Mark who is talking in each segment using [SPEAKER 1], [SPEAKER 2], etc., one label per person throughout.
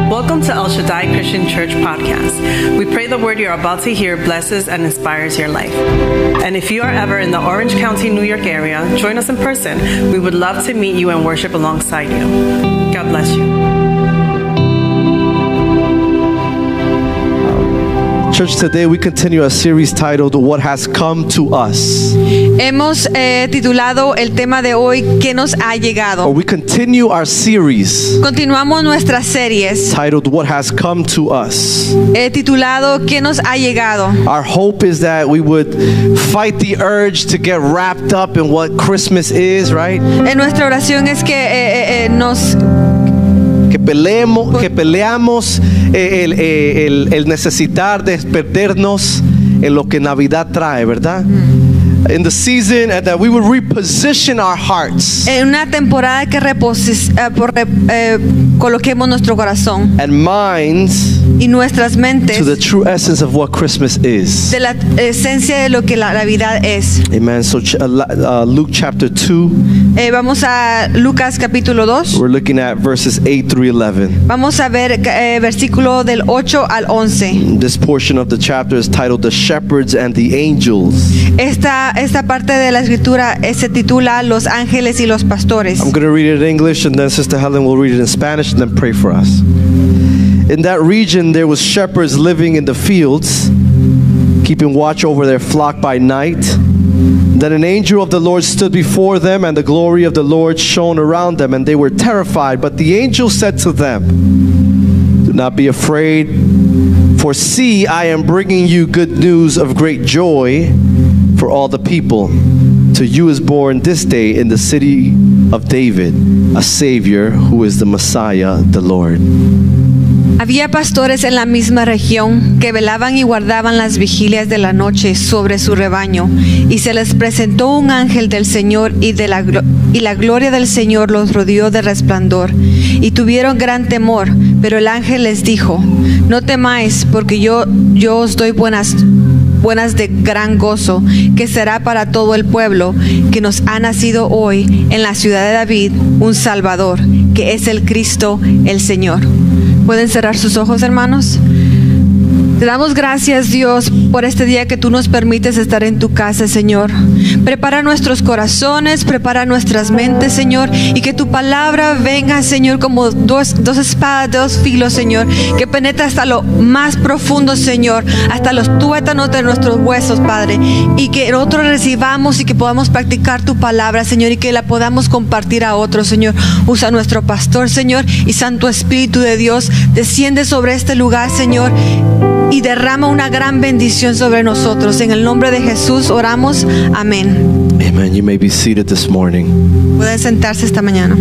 [SPEAKER 1] El Shaddai Christian Church podcast. We pray the word you're about to hear blesses and inspires your life. And if you are ever in the Orange County, New York area, join us in person. We would love to meet you and worship alongside you. God bless you.
[SPEAKER 2] Church, today we continue a series titled What Has Come to Us.
[SPEAKER 3] Hemos eh, titulado el tema de hoy ¿Qué nos ha
[SPEAKER 2] Or
[SPEAKER 3] llegado?
[SPEAKER 2] we continue our series
[SPEAKER 3] Continuamos nuestras series
[SPEAKER 2] titled What Has Come to Us.
[SPEAKER 3] eh, titulado ¿Qué nos ha llegado?
[SPEAKER 2] Our hope is that we would fight the urge to get wrapped up in what Christmas is, right?
[SPEAKER 3] En nuestra oración es que eh, eh, eh, nos
[SPEAKER 2] Que peleemos, que peleamos eh, el, el- el necesitar de perdernos en lo que Navidad trae, ¿verdad? In the season, and that we would reposition our hearts.
[SPEAKER 3] en una temporada que reposes- eh, por re- eh, coloquemos nuestro corazón
[SPEAKER 2] and minds
[SPEAKER 3] y nuestras mentes
[SPEAKER 2] to the true essence of what Christmas is.
[SPEAKER 3] de la esencia de lo que la Navidad es.
[SPEAKER 2] Amen. So, ch- uh, li- uh, Luke chapter 2,
[SPEAKER 3] Eh, vamos a Lucas capítulo 2.
[SPEAKER 2] we're looking at verses 8 through 11.
[SPEAKER 3] Vamos a ver eh, versículo del 8 al 11.
[SPEAKER 2] This portion of the chapter is titled The Shepherds and the Angels.
[SPEAKER 3] Esta, esta parte de la escritura eh, se titula Los ángeles y los pastores.
[SPEAKER 2] I'm going to read it in English and then Sister Helen will read it in Spanish and then pray for us. In that region, there was shepherds living in the fields, keeping watch over their flock by night. Then an angel of the Lord stood before them, and the glory of the Lord shone around them, and they were terrified. But the angel said to them, Do not be afraid, for see, I am bringing you good news of great joy for all the people. To you is born this day in the city of David a Savior who is the Messiah, the Lord.
[SPEAKER 3] Había pastores en la misma región que velaban y guardaban las vigilias de la noche sobre su rebaño, y se les presentó un ángel del Señor y, de la, glo- y la gloria del Señor los rodeó de resplandor, y tuvieron gran temor, pero el ángel les dijo, no temáis, porque yo, yo os doy buenas buenas de gran gozo, que será para todo el pueblo, que nos ha nacido hoy en la ciudad de David un Salvador, que es el Cristo el Señor. ¿Pueden cerrar sus ojos, hermanos? Te damos gracias, Dios, por este día que tú nos permites estar en tu casa, Señor. Prepara nuestros corazones, prepara nuestras mentes, Señor, y que tu palabra venga, Señor, como dos, dos espadas, dos filos, Señor, que penetra hasta lo más profundo, Señor, hasta los tuétanos de nuestros huesos, Padre, y que nosotros recibamos y que podamos practicar tu palabra, Señor, y que la podamos compartir a otros, Señor. Usa nuestro pastor, Señor, y Santo Espíritu de Dios, desciende sobre este lugar, Señor y derrama una gran bendición sobre nosotros. En el nombre de Jesús oramos. Amén.
[SPEAKER 2] Amen. You may be seated this morning.
[SPEAKER 3] Pueden sentarse esta mañana.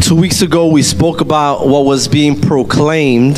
[SPEAKER 2] Two weeks ago, we spoke about what was being proclaimed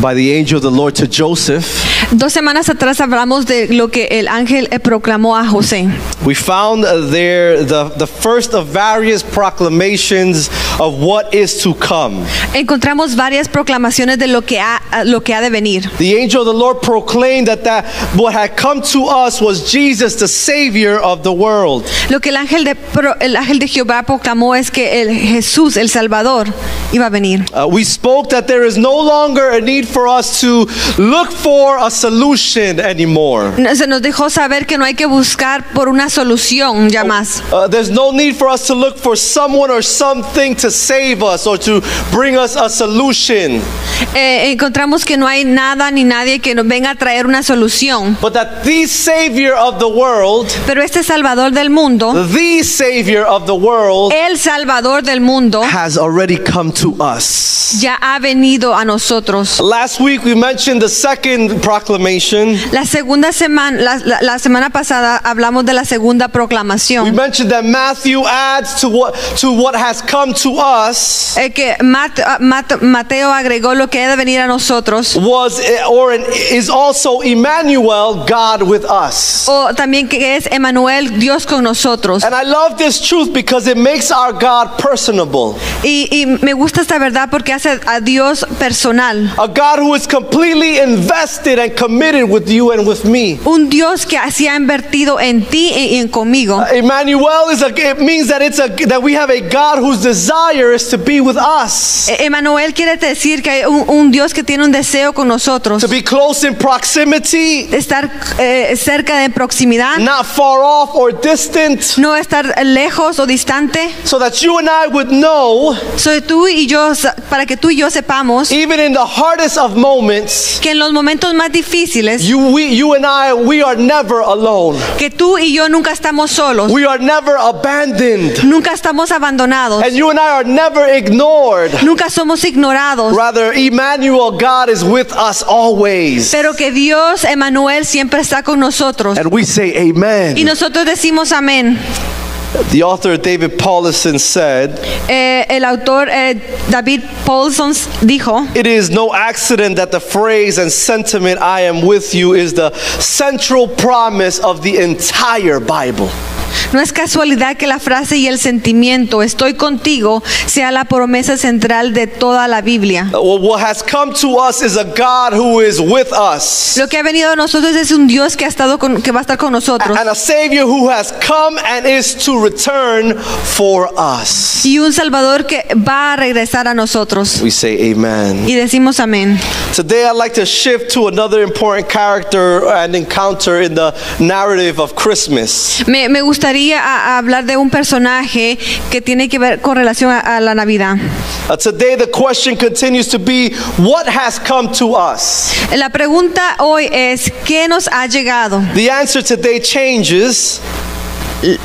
[SPEAKER 2] by the angel of the Lord to Joseph.
[SPEAKER 3] Dos semanas atrás hablamos de lo que el ángel eh, proclamó a José.
[SPEAKER 2] We found uh, there the, the first of various proclamations of what is to come.
[SPEAKER 3] Encontramos varias proclamaciones de lo que ha, a- lo que ha de venir.
[SPEAKER 2] The angel of the Lord proclaimed that, that what had come to us was Jesus, the Savior of the world.
[SPEAKER 3] Lo que el ángel de, pro- el ángel de Jehová proclamó es que el Jesús, el Salvador, iba a venir.
[SPEAKER 2] Uh, we spoke that there is no longer a need for us to look for a solution anymore.
[SPEAKER 3] No- Se nos dejó saber que no hay que buscar por una solución ya más.
[SPEAKER 2] Uh, there's no need for us to look for someone or something to save us or to bring us a solution,
[SPEAKER 3] Eh, encontramos que no hay nada ni nadie que nos venga a traer una solución.
[SPEAKER 2] but that the Savior of the world,
[SPEAKER 3] Pero este Salvador del mundo,
[SPEAKER 2] the Savior of the world,
[SPEAKER 3] el Salvador del mundo,
[SPEAKER 2] has already come to us.
[SPEAKER 3] ya ha venido a nosotros.
[SPEAKER 2] Last week we mentioned the second proclamation.
[SPEAKER 3] La segunda semana, la, la- la semana pasada hablamos de la segunda
[SPEAKER 2] We
[SPEAKER 3] proclamación.
[SPEAKER 2] mentioned that Matthew adds to what to what has come to us.
[SPEAKER 3] eh, que Mat- ah, Mat- Mateo agregó lo que ha de venir a nosotros.
[SPEAKER 2] was or an, is also Emmanuel, God with us.
[SPEAKER 3] O también que es Emanuel, Dios con nosotros.
[SPEAKER 2] And I love this truth because it makes our God personable.
[SPEAKER 3] Y, y me gusta esta verdad porque hace a Dios personal.
[SPEAKER 2] A God who is completely invested and and committed with you and with me.
[SPEAKER 3] Un Dios que se ha invertido en ti y en conmigo.
[SPEAKER 2] Emmanuel is a, it means that it's a that we have a God whose desire is to be with us,
[SPEAKER 3] E- Emanuel quiere decir que hay un, un Dios que tiene un deseo con nosotros.
[SPEAKER 2] to be close in proximity,
[SPEAKER 3] Estar eh, cerca de proximidad,
[SPEAKER 2] not far off or distant,
[SPEAKER 3] no estar lejos o distante.
[SPEAKER 2] so that you and I would know,
[SPEAKER 3] Soy tú y yo, sa- para que tú y yo sepamos
[SPEAKER 2] even in the hardest of moments,
[SPEAKER 3] que en los momentos más difíciles,
[SPEAKER 2] you we you and I we are never alone.
[SPEAKER 3] que tú y yo nunca estamos solos,
[SPEAKER 2] We are never abandoned,
[SPEAKER 3] nunca estamos abandonados,
[SPEAKER 2] and you and I are never ignored.
[SPEAKER 3] nunca somos ignorados,
[SPEAKER 2] Rather, Emmanuel, God is with us always.
[SPEAKER 3] pero que Dios, Emanuel, siempre está con nosotros.
[SPEAKER 2] And we say
[SPEAKER 3] Y
[SPEAKER 2] amen.
[SPEAKER 3] nosotros decimos amén.
[SPEAKER 2] The author David Paulison said,
[SPEAKER 3] Eh, el autor eh, David Paulson dijo,
[SPEAKER 2] It is no accident that the phrase and sentiment, I am with you, is the central promise of the entire Bible.
[SPEAKER 3] No es casualidad que la frase y el sentimiento estoy contigo sea la promesa central de toda la Biblia.
[SPEAKER 2] Well, Uh, What has come to us is a God who is with us
[SPEAKER 3] Lo que ha venido a nosotros es un Dios que ha estado con- que va a estar con nosotros
[SPEAKER 2] and a Savior who has come and is to return for us.
[SPEAKER 3] y un Salvador que va a regresar a nosotros.
[SPEAKER 2] We say amen.
[SPEAKER 3] Y decimos amén.
[SPEAKER 2] Today, I'd like to shift to another important character and encounter in the narrative of Christmas.
[SPEAKER 3] Me, me gustaría a- a hablar de un personaje que tiene que ver con relación a, a la Navidad.
[SPEAKER 2] Uh, today, the question continues to be what has come to us?
[SPEAKER 3] La pregunta hoy es, ¿qué nos ha llegado?
[SPEAKER 2] The answer today changes.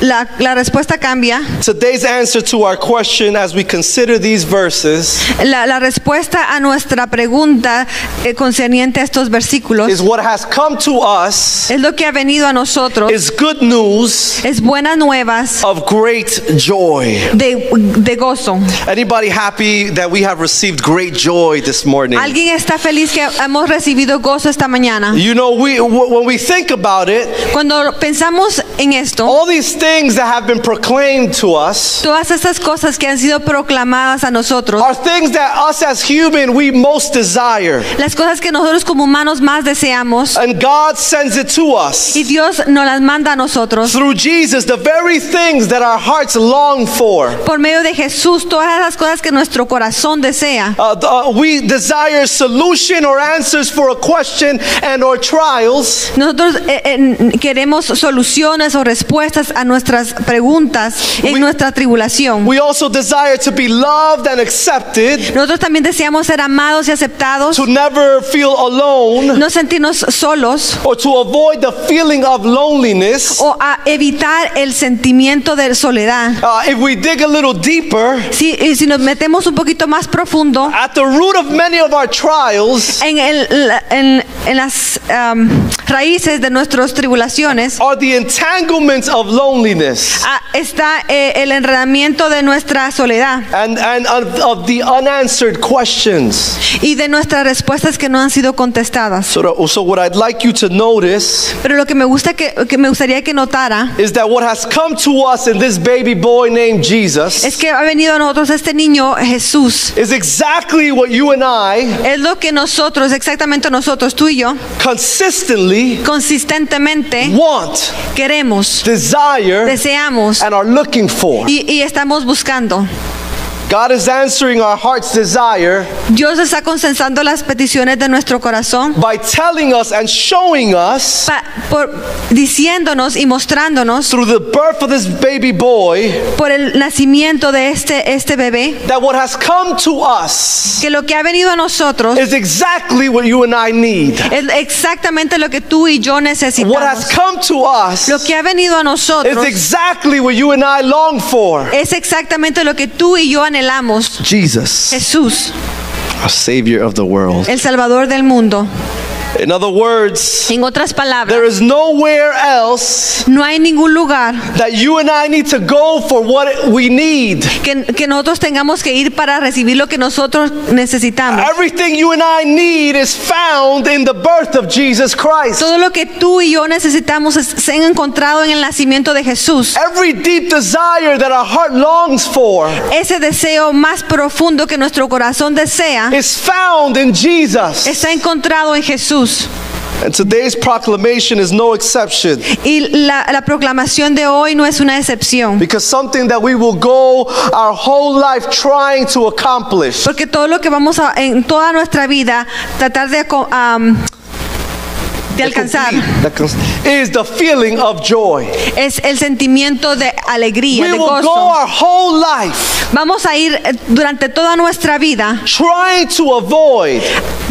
[SPEAKER 3] La, la respuesta cambia.
[SPEAKER 2] Today's answer to our question as we consider these verses
[SPEAKER 3] La, la respuesta a nuestra pregunta eh, concerniente a estos versículos
[SPEAKER 2] is what has come to us
[SPEAKER 3] es lo que ha venido a nosotros.
[SPEAKER 2] is good news
[SPEAKER 3] Es buenas nuevas
[SPEAKER 2] of great joy.
[SPEAKER 3] de, de gozo.
[SPEAKER 2] Anybody happy that we have received great joy this morning?
[SPEAKER 3] ¿Alguien está feliz que hemos recibido gozo esta mañana?
[SPEAKER 2] You know, we w- when we think about it,
[SPEAKER 3] Cuando pensamos en esto,
[SPEAKER 2] All these things that have been proclaimed to us
[SPEAKER 3] todas estas cosas que han sido proclamadas a nosotros,
[SPEAKER 2] are things that us as human we most desire.
[SPEAKER 3] las cosas que nosotros como humanos más deseamos,
[SPEAKER 2] And God sends it to us.
[SPEAKER 3] y Dios nos las manda a nosotros.
[SPEAKER 2] Through Jesus, the very things that our hearts long for.
[SPEAKER 3] Por medio de Jesús, todas las cosas que nuestro corazón desea.
[SPEAKER 2] Uh, th- uh, we desire solution or answers for a question and or trials.
[SPEAKER 3] Nosotros eh, eh, queremos soluciones o respuestas a nuestras preguntas en
[SPEAKER 2] We-
[SPEAKER 3] nuestra tribulación.
[SPEAKER 2] We also desire to be loved and accepted,
[SPEAKER 3] Nosotros también deseamos ser amados y aceptados,
[SPEAKER 2] to never feel alone,
[SPEAKER 3] no sentirnos solos
[SPEAKER 2] or to avoid the feeling of loneliness.
[SPEAKER 3] o a evitar el sentimiento de soledad.
[SPEAKER 2] Uh, if we dig a little deeper,
[SPEAKER 3] Si, y si nos metemos un poquito más profundo
[SPEAKER 2] At the root of many of our trials
[SPEAKER 3] en, el- la- en- en las am, raíces de nuestras tribulaciones,
[SPEAKER 2] are the entanglements of loneliness
[SPEAKER 3] ah, está eh, el enredamiento de nuestra soledad
[SPEAKER 2] and, and of, of the unanswered questions.
[SPEAKER 3] y de nuestras respuestas que no han sido contestadas.
[SPEAKER 2] So, the- so what I'd like you to notice
[SPEAKER 3] Pero lo que me, gusta que, que me gustaría que notara
[SPEAKER 2] is that what has come to us in this baby boy named
[SPEAKER 3] es
[SPEAKER 2] Jesus
[SPEAKER 3] que ha venido a nosotros este niño Jesús.
[SPEAKER 2] is exactly what you and I
[SPEAKER 3] Es lo que nosotros, exactamente nosotros, tú y yo,
[SPEAKER 2] consistently
[SPEAKER 3] consistentemente
[SPEAKER 2] want,
[SPEAKER 3] queremos,
[SPEAKER 2] desire,
[SPEAKER 3] deseamos
[SPEAKER 2] and are looking for.
[SPEAKER 3] y, y estamos buscando.
[SPEAKER 2] God is answering our heart's desire
[SPEAKER 3] Dios está consensando las peticiones de nuestro corazón
[SPEAKER 2] by telling us and showing us
[SPEAKER 3] pa- por diciéndonos y mostrándonos
[SPEAKER 2] through the birth of this baby boy
[SPEAKER 3] por el nacimiento de este, este bebé
[SPEAKER 2] that what has come to us
[SPEAKER 3] que lo que ha venido a nosotros
[SPEAKER 2] is exactly what you and I need.
[SPEAKER 3] es exactamente lo que tú y yo
[SPEAKER 2] What has
[SPEAKER 3] necesitamos.
[SPEAKER 2] come to us
[SPEAKER 3] Lo que ha venido a
[SPEAKER 2] is
[SPEAKER 3] nosotros
[SPEAKER 2] exactly what you and I long for.
[SPEAKER 3] es exactamente lo que tú y yo anhelamos.
[SPEAKER 2] Jesus,
[SPEAKER 3] Jesús,
[SPEAKER 2] our Savior of the world.
[SPEAKER 3] el Salvador del mundo.
[SPEAKER 2] In other words,
[SPEAKER 3] En otras palabras,
[SPEAKER 2] there is nowhere else
[SPEAKER 3] no hay ningún lugar
[SPEAKER 2] that you and I need to go for what we need.
[SPEAKER 3] que, que nosotros tengamos que ir para recibir lo que nosotros necesitamos.
[SPEAKER 2] Everything you and I need is found in the birth of Jesus Christ.
[SPEAKER 3] Todo lo que tú y yo necesitamos es- se han encontrado en el nacimiento de Jesús.
[SPEAKER 2] Every deep desire that our heart longs for
[SPEAKER 3] Ese deseo más profundo que nuestro corazón desea
[SPEAKER 2] is found in Jesus.
[SPEAKER 3] está encontrado en Jesús.
[SPEAKER 2] And today's proclamation is no exception
[SPEAKER 3] Y la, la proclamación de hoy no es una excepción,
[SPEAKER 2] because something that we will go our whole life trying to accomplish
[SPEAKER 3] porque todo lo que vamos a, en toda nuestra vida, tratar de, aco- am, de alcanzar
[SPEAKER 2] that cons- is the feeling of joy.
[SPEAKER 3] es el sentimiento de alegría,
[SPEAKER 2] We
[SPEAKER 3] de
[SPEAKER 2] will go
[SPEAKER 3] gozo.
[SPEAKER 2] our whole life
[SPEAKER 3] Vamos a ir eh, durante toda nuestra vida
[SPEAKER 2] trying to avoid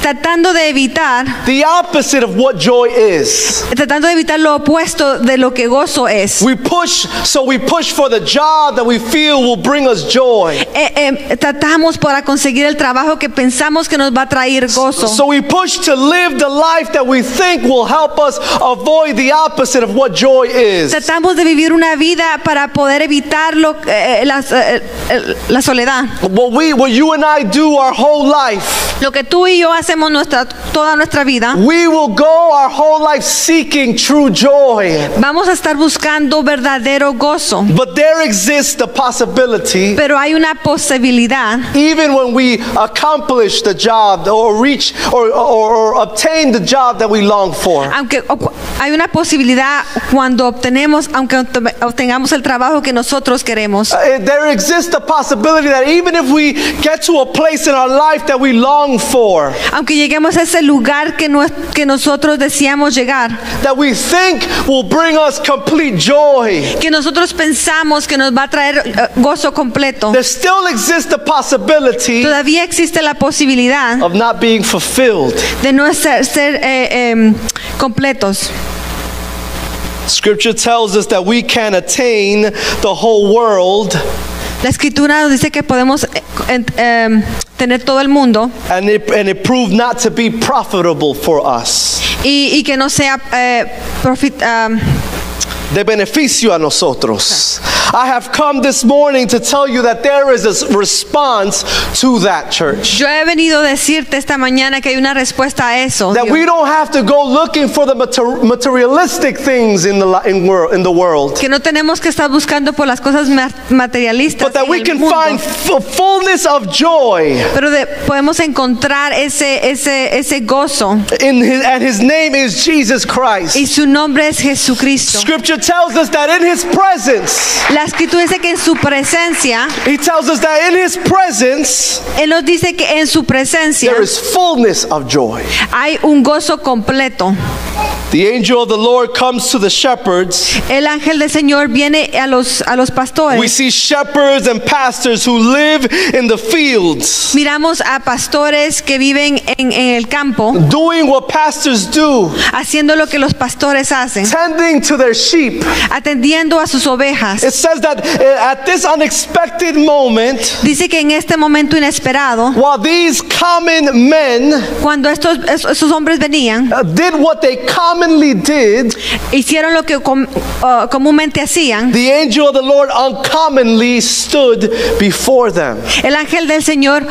[SPEAKER 3] tratando de evitar,
[SPEAKER 2] the opposite of what joy is.
[SPEAKER 3] tratando de evitar lo opuesto de lo que gozo es.
[SPEAKER 2] We push, so we push for the job that we feel will bring us joy.
[SPEAKER 3] Eh, eh, tratamos para conseguir el trabajo que pensamos que nos va a traer gozo.
[SPEAKER 2] So we push to live the life that we think will help us avoid the opposite of what joy is.
[SPEAKER 3] Tratamos de vivir una vida para poder evitar lo- eh, eh, las, eh, eh, la soledad.
[SPEAKER 2] What we, what you and I do our whole life,
[SPEAKER 3] Lo que tú y yo hacemos nuestra, toda nuestra vida,
[SPEAKER 2] we will go our whole life seeking true joy.
[SPEAKER 3] vamos a estar buscando verdadero gozo.
[SPEAKER 2] But there exists the possibility,
[SPEAKER 3] Pero hay una posibilidad,
[SPEAKER 2] even when we accomplish the job or reach or, or, or obtain the job that we long for.
[SPEAKER 3] aunque o- hay una posibilidad cuando obtenemos, aunque obte- obtengamos el trabajo que nosotros queremos.
[SPEAKER 2] Uh, there exists the possibility that even if we get to a place in our life that we long for,
[SPEAKER 3] Aunque lleguemos a ese lugar que, no- que nosotros deseamos llegar,
[SPEAKER 2] that we think will bring us complete joy,
[SPEAKER 3] que nosotros pensamos que nos va a traer eh, gozo completo,
[SPEAKER 2] there still exists the possibility
[SPEAKER 3] todavía existe la posibilidad
[SPEAKER 2] of not being fulfilled.
[SPEAKER 3] de no ser, ser, eh, em, completos.
[SPEAKER 2] Scripture tells us that we can attain the whole world
[SPEAKER 3] La escritura nos dice que podemos eh, en- em, tener todo el mundo
[SPEAKER 2] and it, and it proved not to be profitable for us.
[SPEAKER 3] y, y que no sea eh, profit- am,
[SPEAKER 2] De beneficio a nosotros. I have come this morning to tell you that there is a s- response to that church.
[SPEAKER 3] yo he venido a decirte esta mañana que hay una respuesta a eso.
[SPEAKER 2] That
[SPEAKER 3] Dios.
[SPEAKER 2] we don't have to go looking for the mater- materialistic things in the, li- in, wor- in the world,
[SPEAKER 3] que no tenemos que estar buscando por las cosas ma- materialistas,
[SPEAKER 2] but that
[SPEAKER 3] en
[SPEAKER 2] we
[SPEAKER 3] el
[SPEAKER 2] can
[SPEAKER 3] mundo,
[SPEAKER 2] find fu- fullness of joy
[SPEAKER 3] pero de- podemos encontrar ese, ese, ese gozo.
[SPEAKER 2] in his, and his name is Jesus
[SPEAKER 3] Y
[SPEAKER 2] Christ.
[SPEAKER 3] su nombre es Jesucristo.
[SPEAKER 2] Scripture tells us that in his presence,
[SPEAKER 3] La escritura dice que en su presencia,
[SPEAKER 2] he tells us that in his presence
[SPEAKER 3] Él nos dice que en su presencia
[SPEAKER 2] there is fullness of joy.
[SPEAKER 3] hay un gozo completo.
[SPEAKER 2] The angel of the Lord comes to the shepherds.
[SPEAKER 3] El ángel del Señor viene a los, a los
[SPEAKER 2] We
[SPEAKER 3] pastores.
[SPEAKER 2] see shepherds and pastors who live in the fields,
[SPEAKER 3] Miramos a pastores que viven en, en el campo
[SPEAKER 2] doing what pastors do,
[SPEAKER 3] haciendo lo que los pastores hacen,
[SPEAKER 2] tending to their sheep.
[SPEAKER 3] atendiendo a sus ovejas.
[SPEAKER 2] It says that uh, at this unexpected moment,
[SPEAKER 3] Dice que en este momento inesperado,
[SPEAKER 2] while these common men
[SPEAKER 3] cuando estos, es- esos hombres venían,
[SPEAKER 2] uh, did what they commonly did,
[SPEAKER 3] hicieron lo que com- ah, comúnmente hacían,
[SPEAKER 2] the angel of the Lord uncommonly stood before them.
[SPEAKER 3] el ángel del Señor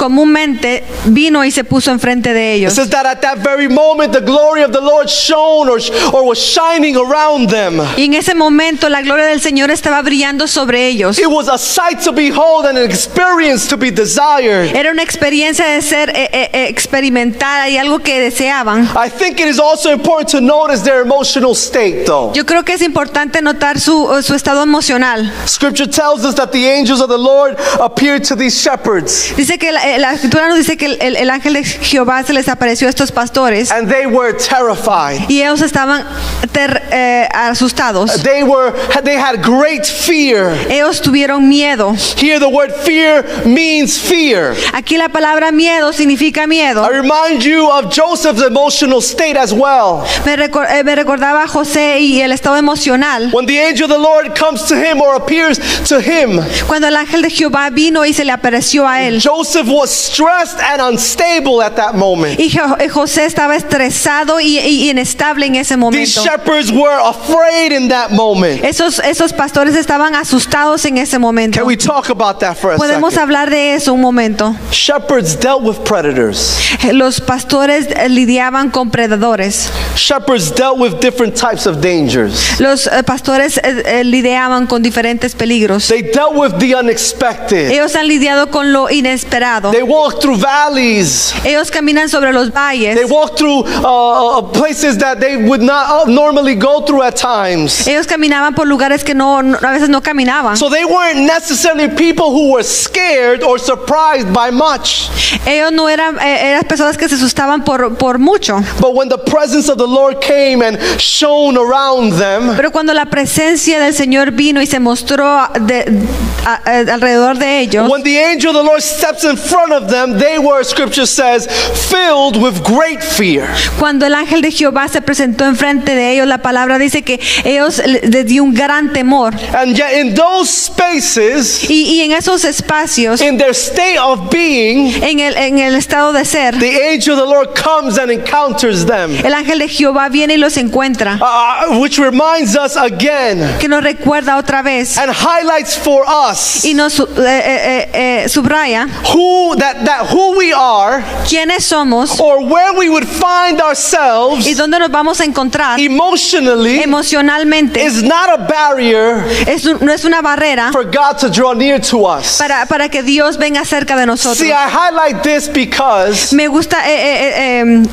[SPEAKER 3] comúnmente vino y se puso enfrente de
[SPEAKER 2] It
[SPEAKER 3] ellos.
[SPEAKER 2] says that at that very moment, the glory of the Lord shone or, or was shining around them.
[SPEAKER 3] Y en ese momento la gloria del Señor estaba brillando sobre ellos.
[SPEAKER 2] It was a sight to behold and an experience to be desired.
[SPEAKER 3] Era una experiencia de ser eh, eh, eh, experimentada y algo que deseaban.
[SPEAKER 2] I think it is also important to notice their emotional state, though.
[SPEAKER 3] Yo creo que es importante notar su, eh, su estado emocional.
[SPEAKER 2] Scripture tells us that the angels of the Lord appeared to these shepherds.
[SPEAKER 3] Dice que la, eh, la escritura nos dice que el, el- el ángel de Jehová se les apareció a estos pastores
[SPEAKER 2] and they were terrified.
[SPEAKER 3] y ellos estaban ter- eh, asustados.
[SPEAKER 2] They were they had great fear.
[SPEAKER 3] Ellos tuvieron miedo.
[SPEAKER 2] Here the word fear means fear.
[SPEAKER 3] Aquí la palabra miedo significa miedo.
[SPEAKER 2] I remind you of Joseph's emotional state as well.
[SPEAKER 3] Me, recor- eh, me recordaba a José y el estado emocional.
[SPEAKER 2] When the angel of the Lord comes to him or appears to him,
[SPEAKER 3] Cuando el ángel de Jehová vino y se le apareció a él.
[SPEAKER 2] Joseph was stressed and unstable at that moment.
[SPEAKER 3] Y Jo- eh, José estaba estresado y, y- y inestable en ese
[SPEAKER 2] These
[SPEAKER 3] momento.
[SPEAKER 2] shepherds were afraid in that moment.
[SPEAKER 3] Esos, esos pastores estaban asustados en ese momento.
[SPEAKER 2] Can we talk about that for a
[SPEAKER 3] Podemos
[SPEAKER 2] second?
[SPEAKER 3] hablar de eso un momento.
[SPEAKER 2] Shepherds dealt with predators.
[SPEAKER 3] Los pastores eh, lidiaban con predadores.
[SPEAKER 2] shepherds dealt with different types of dangers.
[SPEAKER 3] Los eh, pastores eh, eh, lidiaban con diferentes peligros.
[SPEAKER 2] They dealt with the unexpected.
[SPEAKER 3] Ellos han lidiado con lo inesperado.
[SPEAKER 2] They walked through valleys.
[SPEAKER 3] Ellos caminan sobre los valles.
[SPEAKER 2] They walked through uh, uh, places that they would not uh, normally go through at times.
[SPEAKER 3] Ellos caminaban por lugares que no, no- a veces no caminaban.
[SPEAKER 2] So they weren't necessarily people who were scared or surprised by much.
[SPEAKER 3] Ellos no eran, eh, eran personas que se asustaban por, por mucho.
[SPEAKER 2] But when the presence of the Lord came and shone around them,
[SPEAKER 3] Pero cuando la presencia del Señor vino y se mostró a- de- a- a- alrededor de ellos,
[SPEAKER 2] when the angel of the Lord steps in front of them, they were, scripture says, filled with great fear.
[SPEAKER 3] cuando el ángel de Jehová se presentó enfrente de ellos, la palabra dice que ellos le- les dio un gran temor.
[SPEAKER 2] And yet, in those spaces,
[SPEAKER 3] Y, y en esos espacios,
[SPEAKER 2] in their state of being,
[SPEAKER 3] en el, en el estado de ser,
[SPEAKER 2] the angel of the Lord comes and encounters them.
[SPEAKER 3] el ángel de Jehová viene y los encuentra,
[SPEAKER 2] Uh, which reminds us again
[SPEAKER 3] que nos recuerda otra vez
[SPEAKER 2] and highlights for us
[SPEAKER 3] y nos eh, eh, eh, eh, subraya
[SPEAKER 2] who that, that who we are
[SPEAKER 3] quiénes somos
[SPEAKER 2] or where we would find
[SPEAKER 3] y
[SPEAKER 2] ourselves
[SPEAKER 3] dónde nos vamos a encontrar
[SPEAKER 2] emotionally
[SPEAKER 3] emocionalmente.
[SPEAKER 2] is not a barrier
[SPEAKER 3] Es un- no es una barrera
[SPEAKER 2] for God to draw near to us.
[SPEAKER 3] para, para que Dios venga cerca de nosotros.
[SPEAKER 2] See, I highlight this because
[SPEAKER 3] Me gusta eh, eh, eh, em,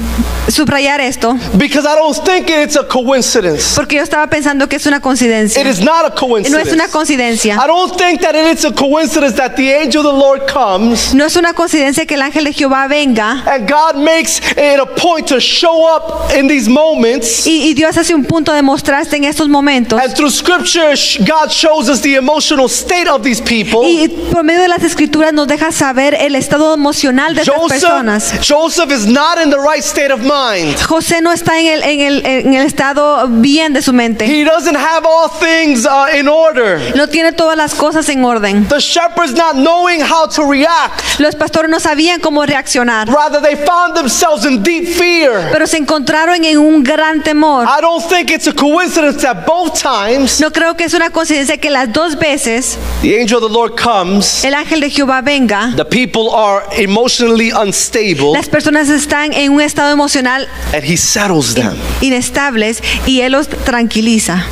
[SPEAKER 3] subrayar esto
[SPEAKER 2] because I don't think it's a coincidence.
[SPEAKER 3] porque yo estaba pensando que es una
[SPEAKER 2] It
[SPEAKER 3] coincidencia.
[SPEAKER 2] is not a
[SPEAKER 3] No es
[SPEAKER 2] coincidence.
[SPEAKER 3] una coincidencia.
[SPEAKER 2] I don't think that it is a coincidence that the angel of the Lord comes
[SPEAKER 3] No es una coincidencia que el ángel de Jehová venga
[SPEAKER 2] and God makes it a point to show up in these moments.
[SPEAKER 3] y, y Dios hace un punto de mostrarse en estos momentos.
[SPEAKER 2] And through scripture, sh- God shows us the emotional state of these people.
[SPEAKER 3] Y y por medio de las escrituras nos deja saber el estado emocional de estas personas.
[SPEAKER 2] Joseph, Joseph is not in the right state of mind.
[SPEAKER 3] José no está en el, en el, en el estado bien de su mente.
[SPEAKER 2] He doesn't have all things uh, in order.
[SPEAKER 3] No tiene todas las cosas en orden.
[SPEAKER 2] The shepherds not knowing how to react.
[SPEAKER 3] Los pastores no sabían cómo reaccionar,
[SPEAKER 2] Rather, they found themselves in deep fear.
[SPEAKER 3] pero se encontraron en un gran temor.
[SPEAKER 2] I don't think it's a coincidence that both times
[SPEAKER 3] No creo que es una coincidencia que las dos veces
[SPEAKER 2] the angel of the Lord comes,
[SPEAKER 3] el ángel de Jehová venga.
[SPEAKER 2] the people are emotionally unstable,
[SPEAKER 3] Las personas están en un estado emocional
[SPEAKER 2] and he settles them.
[SPEAKER 3] inestables y él los tranquiliza.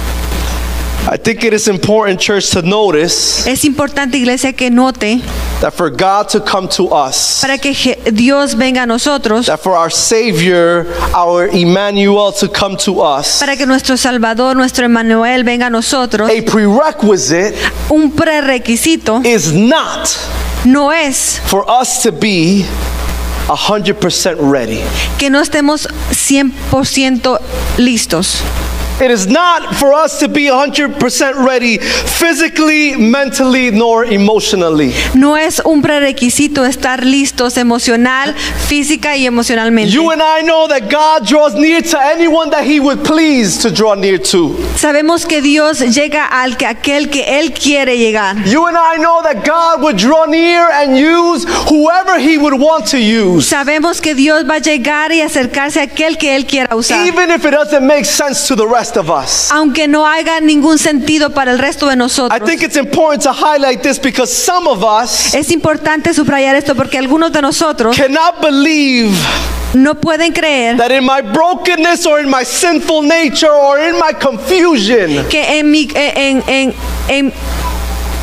[SPEAKER 2] I think it is important, church, to notice
[SPEAKER 3] Es importante, iglesia, que note
[SPEAKER 2] that for God to come to us,
[SPEAKER 3] para que Je- Dios venga a nosotros,
[SPEAKER 2] that for our Savior, our Emmanuel, to come to us,
[SPEAKER 3] para que nuestro Salvador, nuestro Emmanuel venga a nosotros.
[SPEAKER 2] a prerequisite
[SPEAKER 3] Un prerequisito
[SPEAKER 2] is not
[SPEAKER 3] no es
[SPEAKER 2] for us to be 100% ready.
[SPEAKER 3] que no estemos 100% listos.
[SPEAKER 2] It is not for us to be 100% ready physically, mentally, nor emotionally.
[SPEAKER 3] No es un prerequisito estar listos emocional, física y emocionalmente.
[SPEAKER 2] You and I know that God draws near to anyone that He would please to draw near to.
[SPEAKER 3] Sabemos que Dios llega al que aquel que él quiere llegar.
[SPEAKER 2] You and I know that God would draw near and use whoever He would want to use,
[SPEAKER 3] Sabemos que Dios va a llegar y acercarse a aquel que él quiera usar.
[SPEAKER 2] even if it doesn't make sense to the rest of us.
[SPEAKER 3] aunque no haga ningún sentido para el resto de
[SPEAKER 2] I
[SPEAKER 3] nosotros.
[SPEAKER 2] think it's important to highlight this because some of us
[SPEAKER 3] Es importante subrayar esto porque algunos de nosotros
[SPEAKER 2] cannot believe
[SPEAKER 3] no pueden creer
[SPEAKER 2] that in my brokenness or in my sinful nature or in my confusion,
[SPEAKER 3] que en mi, eh, en, en, en-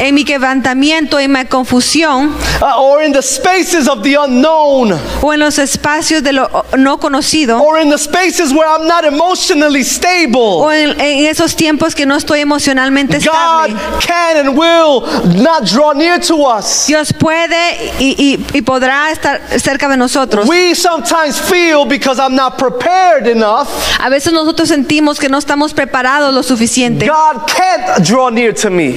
[SPEAKER 3] en mi quebrantamiento, en mi confusión
[SPEAKER 2] uh, or in the spaces of the unknown,
[SPEAKER 3] o en los espacios de lo no conocido
[SPEAKER 2] or in the spaces where I'm not emotionally stable,
[SPEAKER 3] o en, en esos tiempos que no estoy emocionalmente estable.
[SPEAKER 2] God can and will not draw near to us.
[SPEAKER 3] Dios puede y, y- y podrá estar cerca de nosotros.
[SPEAKER 2] We sometimes feel because I'm not prepared enough,
[SPEAKER 3] A veces nosotros sentimos que no estamos preparados lo suficiente
[SPEAKER 2] God can't draw near to me.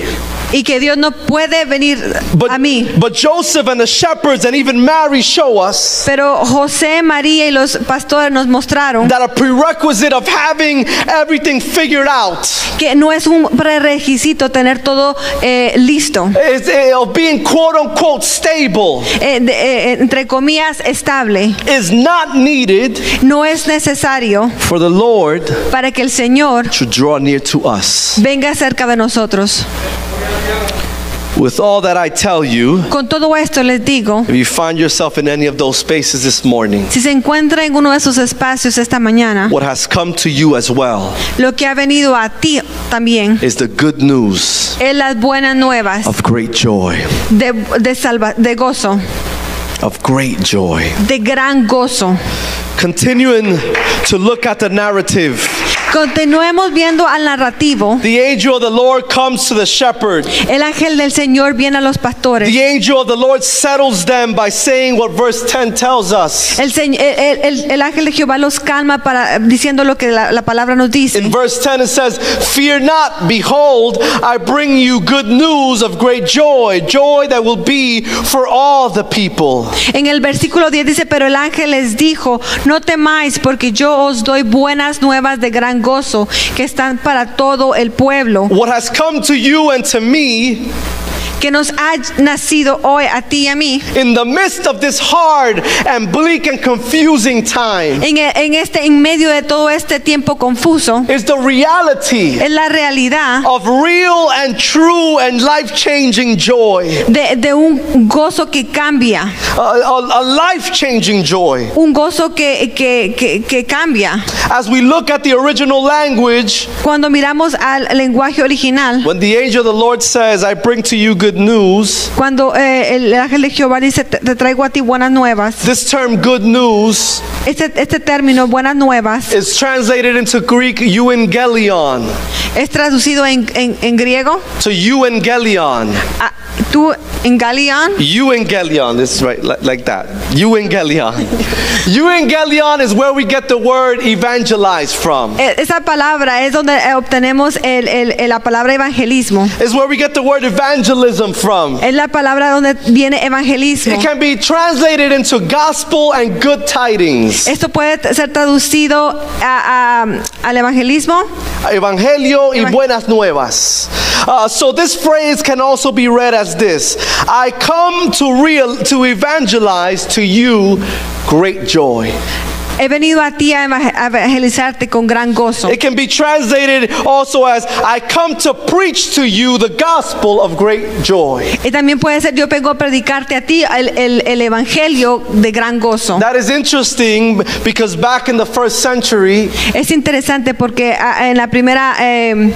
[SPEAKER 3] y que Dios no puede venir
[SPEAKER 2] But,
[SPEAKER 3] a mí.
[SPEAKER 2] but Joseph and the shepherds and even Mary show us
[SPEAKER 3] Pero José, María y los pastores nos mostraron
[SPEAKER 2] that a prerequisite of having everything figured out
[SPEAKER 3] que no es un prerequisito tener todo eh, listo,
[SPEAKER 2] is eh, of being quote unquote stable
[SPEAKER 3] eh, de- eh, entre comillas, estable.
[SPEAKER 2] is not needed
[SPEAKER 3] No es necesario
[SPEAKER 2] for the Lord
[SPEAKER 3] para que el Señor
[SPEAKER 2] to draw near to us.
[SPEAKER 3] venga cerca de nosotros.
[SPEAKER 2] With all that I tell you,
[SPEAKER 3] Con todo esto les digo,
[SPEAKER 2] if you find yourself in any of those spaces this morning,
[SPEAKER 3] si se encuentra en uno de esos espacios esta mañana,
[SPEAKER 2] what has come to you as well
[SPEAKER 3] lo que ha venido a ti también
[SPEAKER 2] is the good news
[SPEAKER 3] es las buenas nuevas
[SPEAKER 2] of great joy,
[SPEAKER 3] de, de, salva- de gozo,
[SPEAKER 2] of great joy.
[SPEAKER 3] de gran gozo.
[SPEAKER 2] Continuing to look at the narrative,
[SPEAKER 3] Continuemos viendo al narrativo.
[SPEAKER 2] the angel of the Lord comes to the shepherd.
[SPEAKER 3] El ángel del Señor viene a los pastores.
[SPEAKER 2] The angel of the Lord settles them by saying what verse 10 tells us.
[SPEAKER 3] El, señ- el- el- el- el ángel de Jehová los calma para, diciendo lo que la, la palabra nos dice.
[SPEAKER 2] In verse 10 it says, Fear not, behold, I bring you good news of great joy, joy that will be for all the people.
[SPEAKER 3] En el versículo 10 dice, pero el ángel les dijo, no temáis porque yo os doy buenas nuevas de gran gozo que están para todo el pueblo,
[SPEAKER 2] What has come to you and to me
[SPEAKER 3] que nos ha nacido hoy a ti y a mí.
[SPEAKER 2] in the midst of this hard and bleak and confusing time
[SPEAKER 3] En, e- en este, en medio de todo este tiempo confuso,
[SPEAKER 2] is the reality
[SPEAKER 3] es la realidad
[SPEAKER 2] of real and true and life changing joy,
[SPEAKER 3] de, de un gozo que cambia,
[SPEAKER 2] a, a life changing joy.
[SPEAKER 3] un gozo que, que- que- que cambia.
[SPEAKER 2] As we look at the original language,
[SPEAKER 3] Cuando miramos al lenguaje original,
[SPEAKER 2] When the angel of the Lord says, I bring to you good news,
[SPEAKER 3] cuando eh, el ángel de Jehová dice, te te traigo a ti buenas nuevas,
[SPEAKER 2] this term good news
[SPEAKER 3] este, este término, buenas nuevas,
[SPEAKER 2] is translated into Greek euangelion.
[SPEAKER 3] es traducido en, en- en griego,
[SPEAKER 2] To euangelion.
[SPEAKER 3] a- tú en Galeón,
[SPEAKER 2] Euangelion, this is right, li- like that. Euangelion. euangelion is where we get the word evangelize from.
[SPEAKER 3] eh, esa palabra es donde eh, obtenemos el- el- el- la palabra evangelismo.
[SPEAKER 2] Is where we get the word evangelism from.
[SPEAKER 3] Es la palabra donde viene evangelismo.
[SPEAKER 2] It can be translated into gospel and good tidings.
[SPEAKER 3] Esto puede t- ser traducido a- a- al evangelismo.
[SPEAKER 2] Evangelio y buenas nuevas. Uh, so this phrase can also be read as this: I come to real to evangelize to you great joy.
[SPEAKER 3] He venido a ti a eva- a evangelizarte con gran gozo.
[SPEAKER 2] It can be translated also as I come to preach to you the gospel of great joy.
[SPEAKER 3] Y también puede ser yo vengo a predicarte a ti el, el- el evangelio de gran gozo.
[SPEAKER 2] That is interesting because back in the first century,
[SPEAKER 3] Es interesante porque ah, en la primera eh,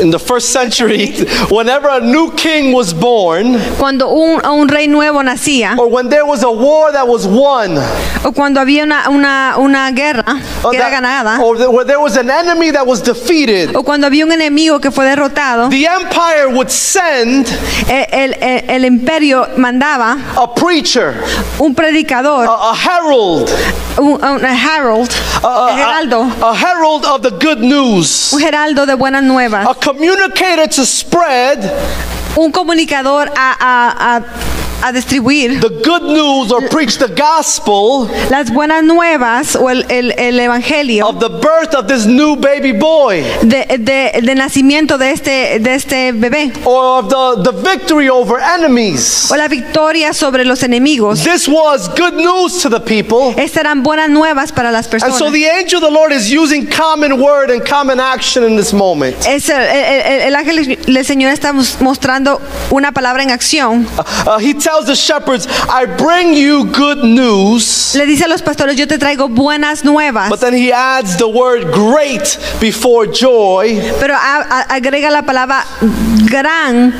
[SPEAKER 2] in the first century, whenever a new king was born,
[SPEAKER 3] cuando un, un rey nuevo nacía
[SPEAKER 2] or when there was a war that was won,
[SPEAKER 3] o cuando había una, una, una guerra
[SPEAKER 2] or,
[SPEAKER 3] que era
[SPEAKER 2] that-
[SPEAKER 3] ganada
[SPEAKER 2] or the- where there was an enemy that was defeated,
[SPEAKER 3] o cuando había un enemigo que fue derrotado, e,
[SPEAKER 2] the empire would send
[SPEAKER 3] el, el- el- el imperio mandaba
[SPEAKER 2] a preacher,
[SPEAKER 3] un
[SPEAKER 2] a,
[SPEAKER 3] predicador,
[SPEAKER 2] a herald,
[SPEAKER 3] un, un herald,
[SPEAKER 2] a, a-
[SPEAKER 3] heraldo,
[SPEAKER 2] a herald of the good news,
[SPEAKER 3] un heraldo de buenas nuevas.
[SPEAKER 2] a communicator to spread
[SPEAKER 3] un comunicador a, a- a- a distribuir
[SPEAKER 2] the good news or preach the gospel
[SPEAKER 3] las buenas nuevas o el, el- el evangelio
[SPEAKER 2] of the birth of this new baby boy
[SPEAKER 3] de, de- del nacimiento de este, de este bebé
[SPEAKER 2] or of the, the victory over enemies.
[SPEAKER 3] o la victoria sobre los enemigos.
[SPEAKER 2] This was good news to the people.
[SPEAKER 3] Estas eran buenas nuevas para las
[SPEAKER 2] And
[SPEAKER 3] personas.
[SPEAKER 2] so the angel of the Lord is using common word and common action in this moment.
[SPEAKER 3] Es el, el- el- el ángel del Señor está mos- mostrando una palabra en acción.
[SPEAKER 2] Uh, he tells the shepherds, I bring you good news.
[SPEAKER 3] Le dice a los pastores, yo te traigo buenas nuevas,
[SPEAKER 2] But then he adds the word great before joy.
[SPEAKER 3] pero a- a- agrega la palabra gran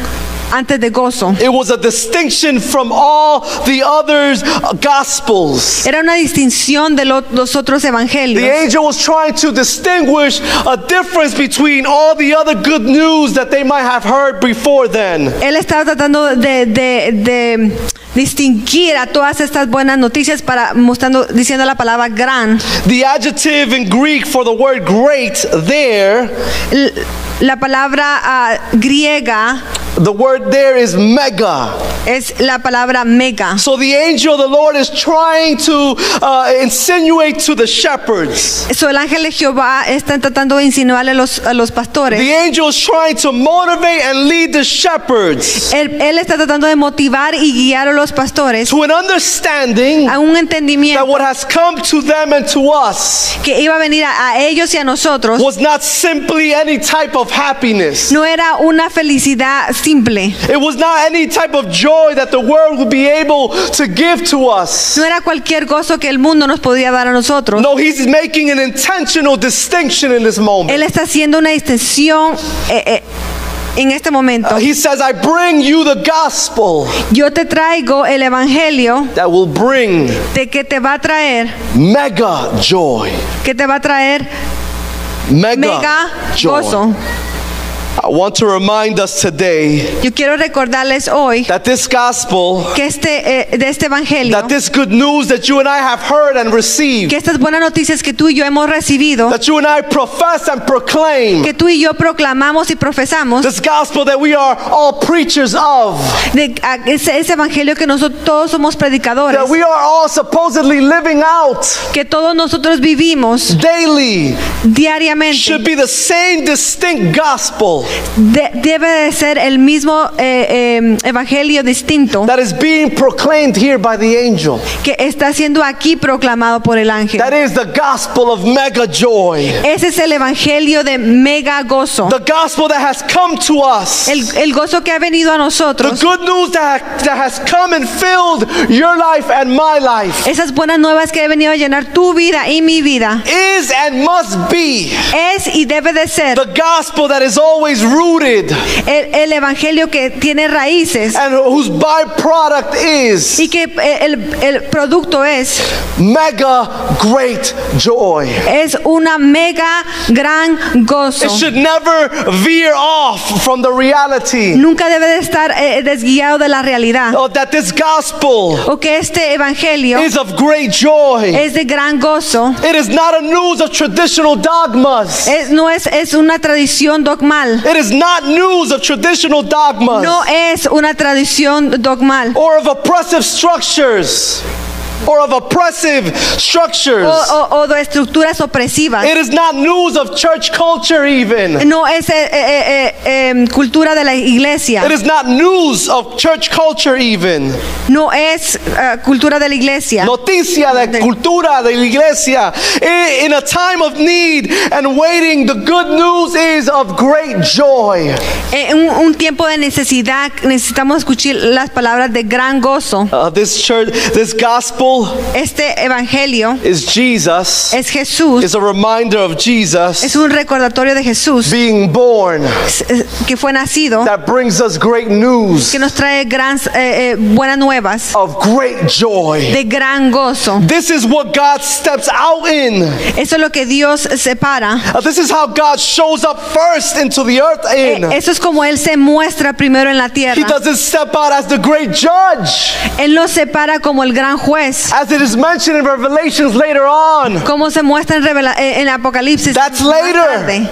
[SPEAKER 3] antes de gozo.
[SPEAKER 2] It was a distinction from all the other gospels.
[SPEAKER 3] Era una distinción de lo- los otros evangelios.
[SPEAKER 2] The angel was trying to distinguish a difference between all the other good news that they might have heard before then.
[SPEAKER 3] Él estaba tratando de, de- de distinguir a todas estas buenas noticias para mostrando, diciendo la palabra gran.
[SPEAKER 2] The adjective in Greek for the word great there,
[SPEAKER 3] L- La palabra ah, griega
[SPEAKER 2] the word there is mega.
[SPEAKER 3] es la palabra mega.
[SPEAKER 2] So the angel of the Lord is trying to uh, insinuate to the shepherds.
[SPEAKER 3] So, el ángel de Jehová está tratando de insinuarle a los, a los
[SPEAKER 2] The
[SPEAKER 3] pastores.
[SPEAKER 2] angel is trying to motivate and lead the shepherds
[SPEAKER 3] Él, él está tratando de motivar y guiar a los pastores
[SPEAKER 2] to an understanding
[SPEAKER 3] a un
[SPEAKER 2] that
[SPEAKER 3] entendimiento
[SPEAKER 2] what has come to them and to us
[SPEAKER 3] que iba a venir a, a ellos y a nosotros.
[SPEAKER 2] was not simply any type of happiness.
[SPEAKER 3] No era una felicidad simple.
[SPEAKER 2] It was not any type of joy that the world would be able to give to us.
[SPEAKER 3] No era cualquier gozo que el mundo nos podía dar a nosotros.
[SPEAKER 2] No, he's making an intentional distinction in this
[SPEAKER 3] Él
[SPEAKER 2] moment.
[SPEAKER 3] está haciendo una distinción eh, eh, en este momento.
[SPEAKER 2] Uh, He says, I bring you the gospel
[SPEAKER 3] Yo te traigo el evangelio
[SPEAKER 2] that will bring
[SPEAKER 3] de que te va a traer,
[SPEAKER 2] mega joy.
[SPEAKER 3] que te va a traer
[SPEAKER 2] Mega,
[SPEAKER 3] mega
[SPEAKER 2] joy.
[SPEAKER 3] gozo.
[SPEAKER 2] I want to remind us today
[SPEAKER 3] Yo quiero recordarles hoy
[SPEAKER 2] that this gospel,
[SPEAKER 3] que este eh, de este evangelio,
[SPEAKER 2] that this good news that you and I have heard and received,
[SPEAKER 3] que estas buenas noticias que tú y yo hemos recibido,
[SPEAKER 2] that you and I profess and proclaim,
[SPEAKER 3] que tú y yo proclamamos y profesamos,
[SPEAKER 2] this gospel that we are all preachers of,
[SPEAKER 3] de a- ese, ese evangelio que nosotros todos somos predicadores,
[SPEAKER 2] that we are all supposedly living out
[SPEAKER 3] que todos nosotros vivimos
[SPEAKER 2] daily, should
[SPEAKER 3] diariamente,
[SPEAKER 2] be the same distinct gospel
[SPEAKER 3] de- debe de ser el mismo eh, eh, evangelio distinto
[SPEAKER 2] that is being proclaimed here by the angel.
[SPEAKER 3] que está siendo aquí proclamado por el ángel.
[SPEAKER 2] That is the gospel of mega joy,
[SPEAKER 3] Ese es el evangelio de mega gozo.
[SPEAKER 2] the gospel that has come to us.
[SPEAKER 3] El, el gozo que ha venido a
[SPEAKER 2] The
[SPEAKER 3] nosotros.
[SPEAKER 2] good news that, that has come and filled your life and my life
[SPEAKER 3] Esas buenas nuevas que ha venido a llenar tu vida y mi vida.
[SPEAKER 2] is and must be
[SPEAKER 3] Es y debe de ser
[SPEAKER 2] the gospel that is always rooted
[SPEAKER 3] el, el evangelio que tiene raíces
[SPEAKER 2] and whose byproduct is
[SPEAKER 3] y que eh, el, el producto es,
[SPEAKER 2] mega great joy.
[SPEAKER 3] es una mega gran gozo.
[SPEAKER 2] It should never veer off from the reality
[SPEAKER 3] Nunca debe de estar eh, desguiado de la realidad.
[SPEAKER 2] of that this gospel
[SPEAKER 3] O que este evangelio
[SPEAKER 2] is of great joy.
[SPEAKER 3] es de gran gozo.
[SPEAKER 2] It is not a news of traditional dogmas.
[SPEAKER 3] Es, no es, es una tradición dogmal.
[SPEAKER 2] It is not news of traditional dogmas.
[SPEAKER 3] No es una tradición dogmal.
[SPEAKER 2] or of oppressive structures or of oppressive structures.
[SPEAKER 3] o, o- o de estructuras opresivas.
[SPEAKER 2] It is not news of church culture even.
[SPEAKER 3] No es eh, eh, eh, em, cultura de la iglesia.
[SPEAKER 2] It is not news of church culture even.
[SPEAKER 3] No es eh, cultura de la iglesia.
[SPEAKER 2] Noticia de cultura de la iglesia. I- In a time of need and waiting, the good news is of great joy.
[SPEAKER 3] En Eh, un, un tiempo de necesidad necesitamos escuchar las palabras de gran gozo.
[SPEAKER 2] Uh, this church, this gospel
[SPEAKER 3] Este evangelio
[SPEAKER 2] is Jesus.
[SPEAKER 3] es Jesús.
[SPEAKER 2] It's a reminder of
[SPEAKER 3] Es
[SPEAKER 2] Jesus
[SPEAKER 3] un recordatorio de Jesús
[SPEAKER 2] being born
[SPEAKER 3] s- eh, que fue nacido,
[SPEAKER 2] that brings us great news.
[SPEAKER 3] que nos trae gran, eh, eh, buenas nuevas
[SPEAKER 2] of great joy.
[SPEAKER 3] de gran gozo.
[SPEAKER 2] This is what God steps out in.
[SPEAKER 3] Eso es lo que Dios separa.
[SPEAKER 2] Uh, This is how God shows up first into the earth
[SPEAKER 3] Eh,
[SPEAKER 2] in.
[SPEAKER 3] Eso es como Él se muestra primero en la
[SPEAKER 2] He
[SPEAKER 3] tierra.
[SPEAKER 2] doesn't step out as the great judge,
[SPEAKER 3] Él nos separa como el gran juez,
[SPEAKER 2] as it is mentioned in Revelations later on.
[SPEAKER 3] como se muestra en, Revela- eh, en Apocalipsis.
[SPEAKER 2] That's
[SPEAKER 3] Más
[SPEAKER 2] later.
[SPEAKER 3] tarde.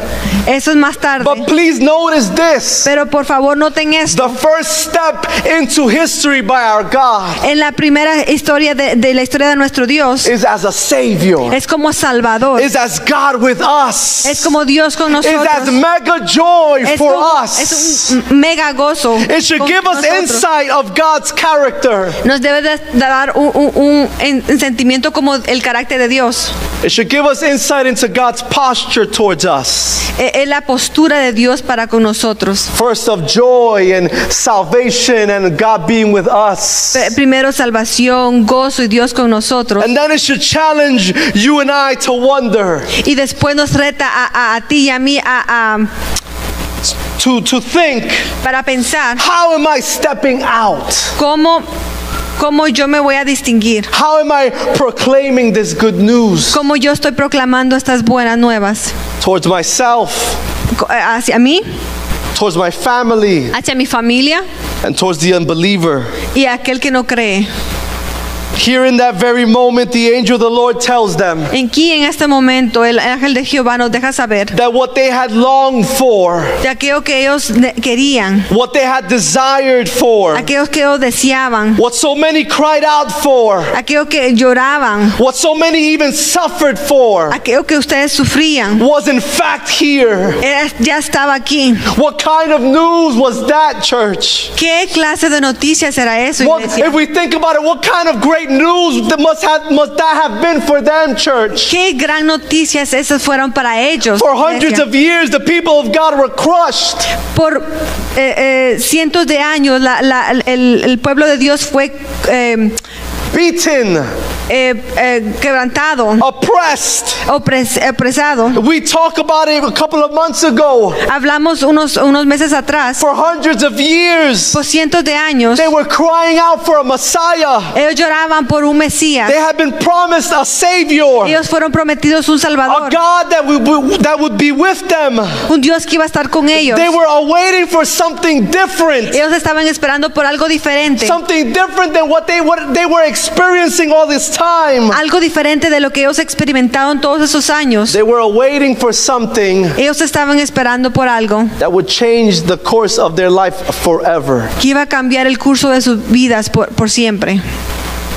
[SPEAKER 3] Eso es más
[SPEAKER 2] But
[SPEAKER 3] tarde.
[SPEAKER 2] please notice this
[SPEAKER 3] Pero por favor noten esto.
[SPEAKER 2] the first step into history by our God
[SPEAKER 3] En la primera historia de, de la historia de nuestro Dios
[SPEAKER 2] is as a Savior,
[SPEAKER 3] es como Salvador,
[SPEAKER 2] is as God with us,
[SPEAKER 3] es
[SPEAKER 2] is
[SPEAKER 3] como Dios con nosotros,
[SPEAKER 2] as mega joy
[SPEAKER 3] es,
[SPEAKER 2] for
[SPEAKER 3] como-
[SPEAKER 2] us.
[SPEAKER 3] es un mega gozo.
[SPEAKER 2] It should
[SPEAKER 3] con
[SPEAKER 2] give us
[SPEAKER 3] nosotros.
[SPEAKER 2] insight of God's character.
[SPEAKER 3] Nos debe de dar un, un- un en- un sentimiento como el carácter de Dios,
[SPEAKER 2] It should give us insight into God's posture towards us.
[SPEAKER 3] eh, es la postura de Dios para con nosotros.
[SPEAKER 2] First of joy and salvation and God being with us.
[SPEAKER 3] Pe- Primero salvación, gozo y Dios con nosotros.
[SPEAKER 2] And then it should challenge you and I to wonder,
[SPEAKER 3] Y después nos reta a, a- a ti y a mí a, a-
[SPEAKER 2] to, to think,
[SPEAKER 3] para pensar
[SPEAKER 2] how am I stepping out?
[SPEAKER 3] cómo, cómo yo me voy a distinguir,
[SPEAKER 2] How am I proclaiming this good news
[SPEAKER 3] cómo yo estoy proclamando estas buenas nuevas
[SPEAKER 2] towards myself,
[SPEAKER 3] co- eh, hacia mí,
[SPEAKER 2] towards my family,
[SPEAKER 3] hacia mi familia
[SPEAKER 2] and towards the unbeliever?
[SPEAKER 3] y aquel que no cree.
[SPEAKER 2] Here in that very moment, the angel of the Lord tells them
[SPEAKER 3] En aquí en este momento el ángel de Jehová nos deja saber
[SPEAKER 2] that what they had longed for,
[SPEAKER 3] de aquello que ellos ne- querían,
[SPEAKER 2] what they had desired for,
[SPEAKER 3] aquellos que ellos deseaban,
[SPEAKER 2] what so many cried out for,
[SPEAKER 3] aquello que lloraban,
[SPEAKER 2] what so many even suffered for,
[SPEAKER 3] aquello que ustedes sufrían.
[SPEAKER 2] was in fact here.
[SPEAKER 3] Era- Ya estaba aquí.
[SPEAKER 2] What kind of news was that, church?
[SPEAKER 3] ¿Qué clase de noticias era eso?
[SPEAKER 2] What,
[SPEAKER 3] iglesia?
[SPEAKER 2] if we think about it, what kind of great great news that must have must that have been for them, church.
[SPEAKER 3] Qué gran noticias esas fueron para ellos.
[SPEAKER 2] For hundreds
[SPEAKER 3] iglesia.
[SPEAKER 2] of years, the people of God were crushed.
[SPEAKER 3] Por eh, eh, cientos de años la- la- el, el pueblo de Dios fue eh,
[SPEAKER 2] beaten,
[SPEAKER 3] eh, eh, quebrantado,
[SPEAKER 2] oppressed.
[SPEAKER 3] opres- opresado.
[SPEAKER 2] We talked about it a couple of months ago.
[SPEAKER 3] Hablamos unos, unos meses atrás,
[SPEAKER 2] For hundreds of years,
[SPEAKER 3] por cientos de años,
[SPEAKER 2] they were crying out for a Messiah.
[SPEAKER 3] ellos lloraban por un Mesías.
[SPEAKER 2] They had been promised a Savior,
[SPEAKER 3] Ellos fueron prometidos un
[SPEAKER 2] a
[SPEAKER 3] Salvador,
[SPEAKER 2] God that would, that would be with them.
[SPEAKER 3] un Dios que iba a estar con ellos.
[SPEAKER 2] They were awaiting for something different,
[SPEAKER 3] Ellos estaban esperando por algo diferente,
[SPEAKER 2] something different than what they, what they were experiencing all this time.
[SPEAKER 3] algo diferente de lo que ellos experimentaron todos esos años.
[SPEAKER 2] They were awaiting for something
[SPEAKER 3] Ellos estaban esperando por algo
[SPEAKER 2] that would change the course of their life forever.
[SPEAKER 3] que iba a cambiar el curso de sus vidas por, por siempre.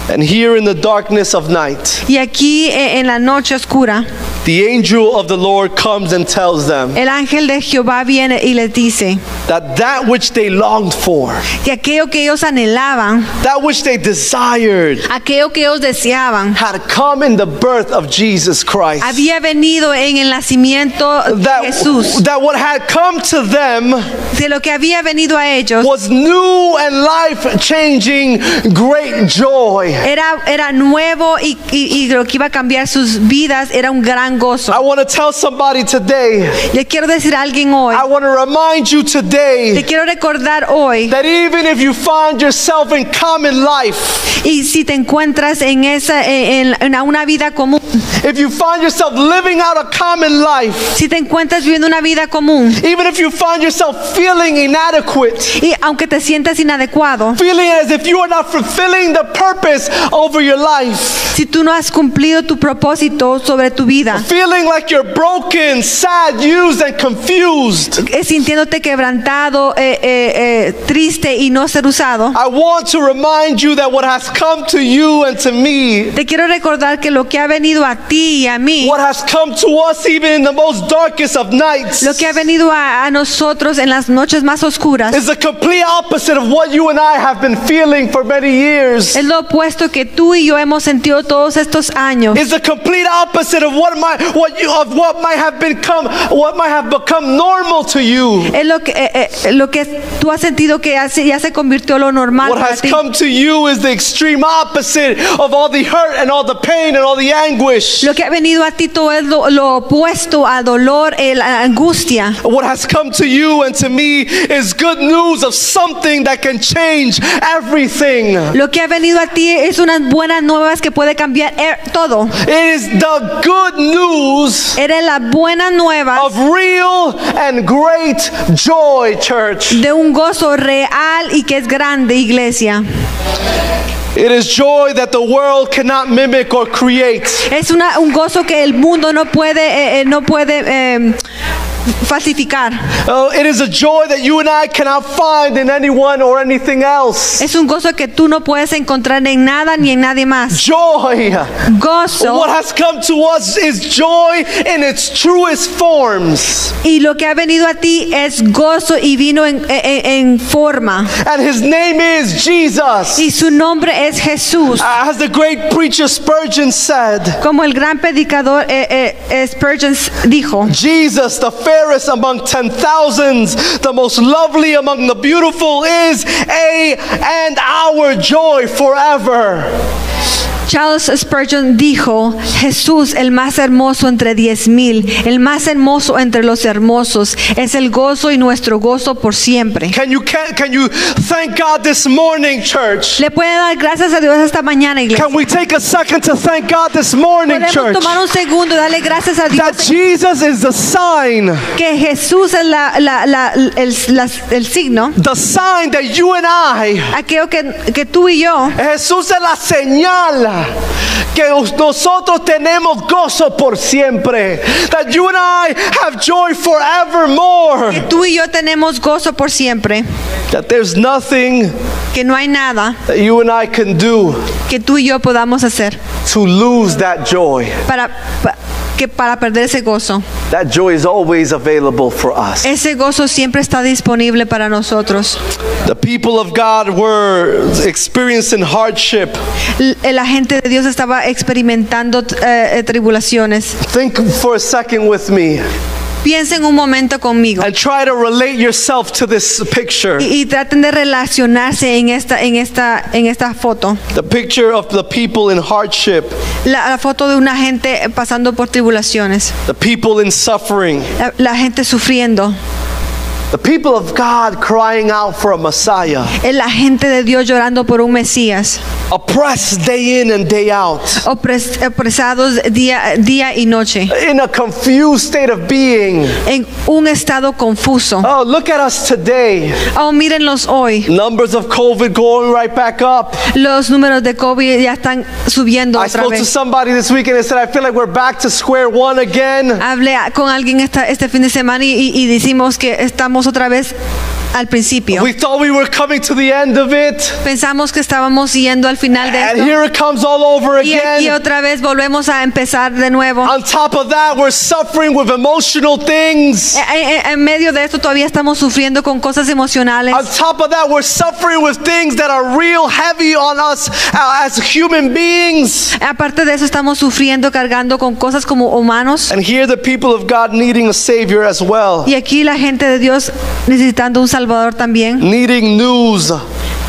[SPEAKER 2] And here in the darkness of night,
[SPEAKER 3] Y aquí eh, en la noche oscura,
[SPEAKER 2] The angel of the Lord comes and tells them
[SPEAKER 3] el ángel de Jehová viene y les dice
[SPEAKER 2] that that which they longed for,
[SPEAKER 3] que aquello que ellos anhelaban,
[SPEAKER 2] that which they desired,
[SPEAKER 3] aquello que ellos deseaban,
[SPEAKER 2] had come in the birth of Jesus Christ.
[SPEAKER 3] había venido en el nacimiento de
[SPEAKER 2] That,
[SPEAKER 3] Jesús.
[SPEAKER 2] that what had come to them
[SPEAKER 3] De lo que había venido a ellos
[SPEAKER 2] was new and life changing great joy.
[SPEAKER 3] era, era nuevo y, y- y lo que iba a cambiar sus vidas era un gran
[SPEAKER 2] I
[SPEAKER 3] gozo.
[SPEAKER 2] want to tell somebody today,
[SPEAKER 3] Le quiero decir a alguien hoy,
[SPEAKER 2] I want to remind you
[SPEAKER 3] te
[SPEAKER 2] today
[SPEAKER 3] quiero recordar hoy,
[SPEAKER 2] that even if you find yourself in common life,
[SPEAKER 3] y si te encuentras en, esa, en, en- en una vida común,
[SPEAKER 2] if you find yourself living out a common life,
[SPEAKER 3] si te encuentras viviendo una vida común,
[SPEAKER 2] Even if you find yourself feeling inadequate,
[SPEAKER 3] y aunque te sientas inadecuado,
[SPEAKER 2] feeling as if you are not fulfilling the purpose over your life,
[SPEAKER 3] si tú no has cumplido tu propósito sobre tu vida,
[SPEAKER 2] feeling like you're broken, sad, used, and confused,
[SPEAKER 3] eh, sintiéndote quebrantado, eh, eh, eh, triste y no ser usado,
[SPEAKER 2] I want to remind you that what has come to you and to me,
[SPEAKER 3] te quiero recordar que lo que ha venido a ti y a mí,
[SPEAKER 2] what has come to us even in the most darkest of nights,
[SPEAKER 3] lo que ha venido a, a nosotros en las noches más oscuras,
[SPEAKER 2] is the complete opposite of what you and I have been feeling for many years.
[SPEAKER 3] es lo opuesto que tú y yo hemos sentido todos estos años.
[SPEAKER 2] Is the complete opposite of what my what you of what might have become what might have become normal to you.
[SPEAKER 3] Es lo que, eh, eh, lo que tú has sentido que hace- ya se convirtió en lo normal.
[SPEAKER 2] What
[SPEAKER 3] para
[SPEAKER 2] has
[SPEAKER 3] ti.
[SPEAKER 2] come to you is the extreme opposite of all the hurt and all the pain and all the anguish.
[SPEAKER 3] Lo que ha venido a ti todo es lo, lo opuesto al dolor, eh, la angustia.
[SPEAKER 2] What has come to you and to me is good news of something that can change everything.
[SPEAKER 3] Lo que ha venido a ti es unas buenas nuevas que puede cambiar eh, todo.
[SPEAKER 2] It is the good news
[SPEAKER 3] Era la buena nueva
[SPEAKER 2] of real and great joy, church.
[SPEAKER 3] de un gozo real y que es grande, iglesia.
[SPEAKER 2] It is joy that the world cannot mimic or create.
[SPEAKER 3] Es una- un gozo que el mundo no puede, eh, eh, no puede eh, falsificar.
[SPEAKER 2] Uh, it is a joy that you and I cannot find in anyone or anything else.
[SPEAKER 3] Es un gozo que tú no puedes encontrar en nada ni en nadie más.
[SPEAKER 2] Joy.
[SPEAKER 3] Gozo.
[SPEAKER 2] What has come to us is joy in its truest forms.
[SPEAKER 3] Y lo que ha venido a ti es gozo y vino en, en- en forma.
[SPEAKER 2] And his name is Jesus.
[SPEAKER 3] Y su nombre es Jesús.
[SPEAKER 2] As the great preacher Spurgeon said,
[SPEAKER 3] Como el gran predicador eh, eh, Spurgeon dijo,
[SPEAKER 2] Jesus, the fairest among ten thousands, the most lovely among the beautiful, is a and our joy forever.
[SPEAKER 3] Charles Spurgeon dijo, Jesús el más hermoso entre diez mil, el más hermoso entre los hermosos, es el gozo y nuestro gozo por siempre.
[SPEAKER 2] Can you can, can you thank God this morning, church?
[SPEAKER 3] Le puede dar gracias a Dios esta mañana, iglesia.
[SPEAKER 2] Can we take a second to thank God this morning,
[SPEAKER 3] Podemos
[SPEAKER 2] church?
[SPEAKER 3] tomar un segundo y darle gracias a Dios
[SPEAKER 2] That Jesus is the sign.
[SPEAKER 3] que Jesús es la- la- la- el, la- el signo,
[SPEAKER 2] the sign that you and I,
[SPEAKER 3] aquello que, que tú y yo
[SPEAKER 2] Jesús es la señal que os- nosotros tenemos gozo por siempre. That you and I have joy forevermore.
[SPEAKER 3] Tú y yo tenemos gozo por siempre,
[SPEAKER 2] That there's nothing
[SPEAKER 3] que no hay nada
[SPEAKER 2] that you and I can do
[SPEAKER 3] que tú y yo podamos hacer
[SPEAKER 2] to lose that joy.
[SPEAKER 3] para, pa- que para perder ese gozo.
[SPEAKER 2] That joy is always available for us.
[SPEAKER 3] Ese gozo siempre está disponible para nosotros.
[SPEAKER 2] The people of God were experiencing hardship.
[SPEAKER 3] L- La gente de Dios estaba experimentando eh, tribulaciones.
[SPEAKER 2] Think for a second with me
[SPEAKER 3] Piensen un momento conmigo
[SPEAKER 2] and try to relate yourself to this picture.
[SPEAKER 3] y, y traten de relacionarse en esta, en esta, en esta foto.
[SPEAKER 2] The picture of the people in hardship,
[SPEAKER 3] La, la foto de una gente pasando por tribulaciones,
[SPEAKER 2] the people in suffering,
[SPEAKER 3] la, la gente sufriendo,
[SPEAKER 2] the people of God crying out for a Messiah,
[SPEAKER 3] eh, la gente de Dios llorando por un Mesías,
[SPEAKER 2] oppressed day in and day out,
[SPEAKER 3] opres- opresados día, día y noche,
[SPEAKER 2] in a confused state of being.
[SPEAKER 3] en un estado confuso.
[SPEAKER 2] Oh, look at us today.
[SPEAKER 3] Oh, mírenlos hoy.
[SPEAKER 2] Numbers of COVID going right back up.
[SPEAKER 3] Los números de COVID ya están subiendo
[SPEAKER 2] I
[SPEAKER 3] otra
[SPEAKER 2] spoke to
[SPEAKER 3] vez.
[SPEAKER 2] somebody this week and they said, I feel like we're back to square one again.
[SPEAKER 3] Hablé a- con alguien esta, este fin de semana y, y- y decimos que estamos otra vez al principio.
[SPEAKER 2] We thought we were coming to the end of it.
[SPEAKER 3] Pensamos que estábamos yendo al final de
[SPEAKER 2] And
[SPEAKER 3] esto.
[SPEAKER 2] here it comes all over
[SPEAKER 3] Y aquí
[SPEAKER 2] again.
[SPEAKER 3] otra vez volvemos a empezar de nuevo.
[SPEAKER 2] On top of that, we're suffering with emotional things.
[SPEAKER 3] Eh, eh, eh, En medio de esto todavía estamos sufriendo con cosas emocionales.
[SPEAKER 2] On top of that, we're suffering with things that are real heavy on us uh, as human beings.
[SPEAKER 3] Aparte de eso estamos sufriendo, cargando con cosas como humanos.
[SPEAKER 2] And here, the people of God needing a Savior as well,
[SPEAKER 3] Y aquí la gente de Dios necesitando un Salvador también,
[SPEAKER 2] needing news,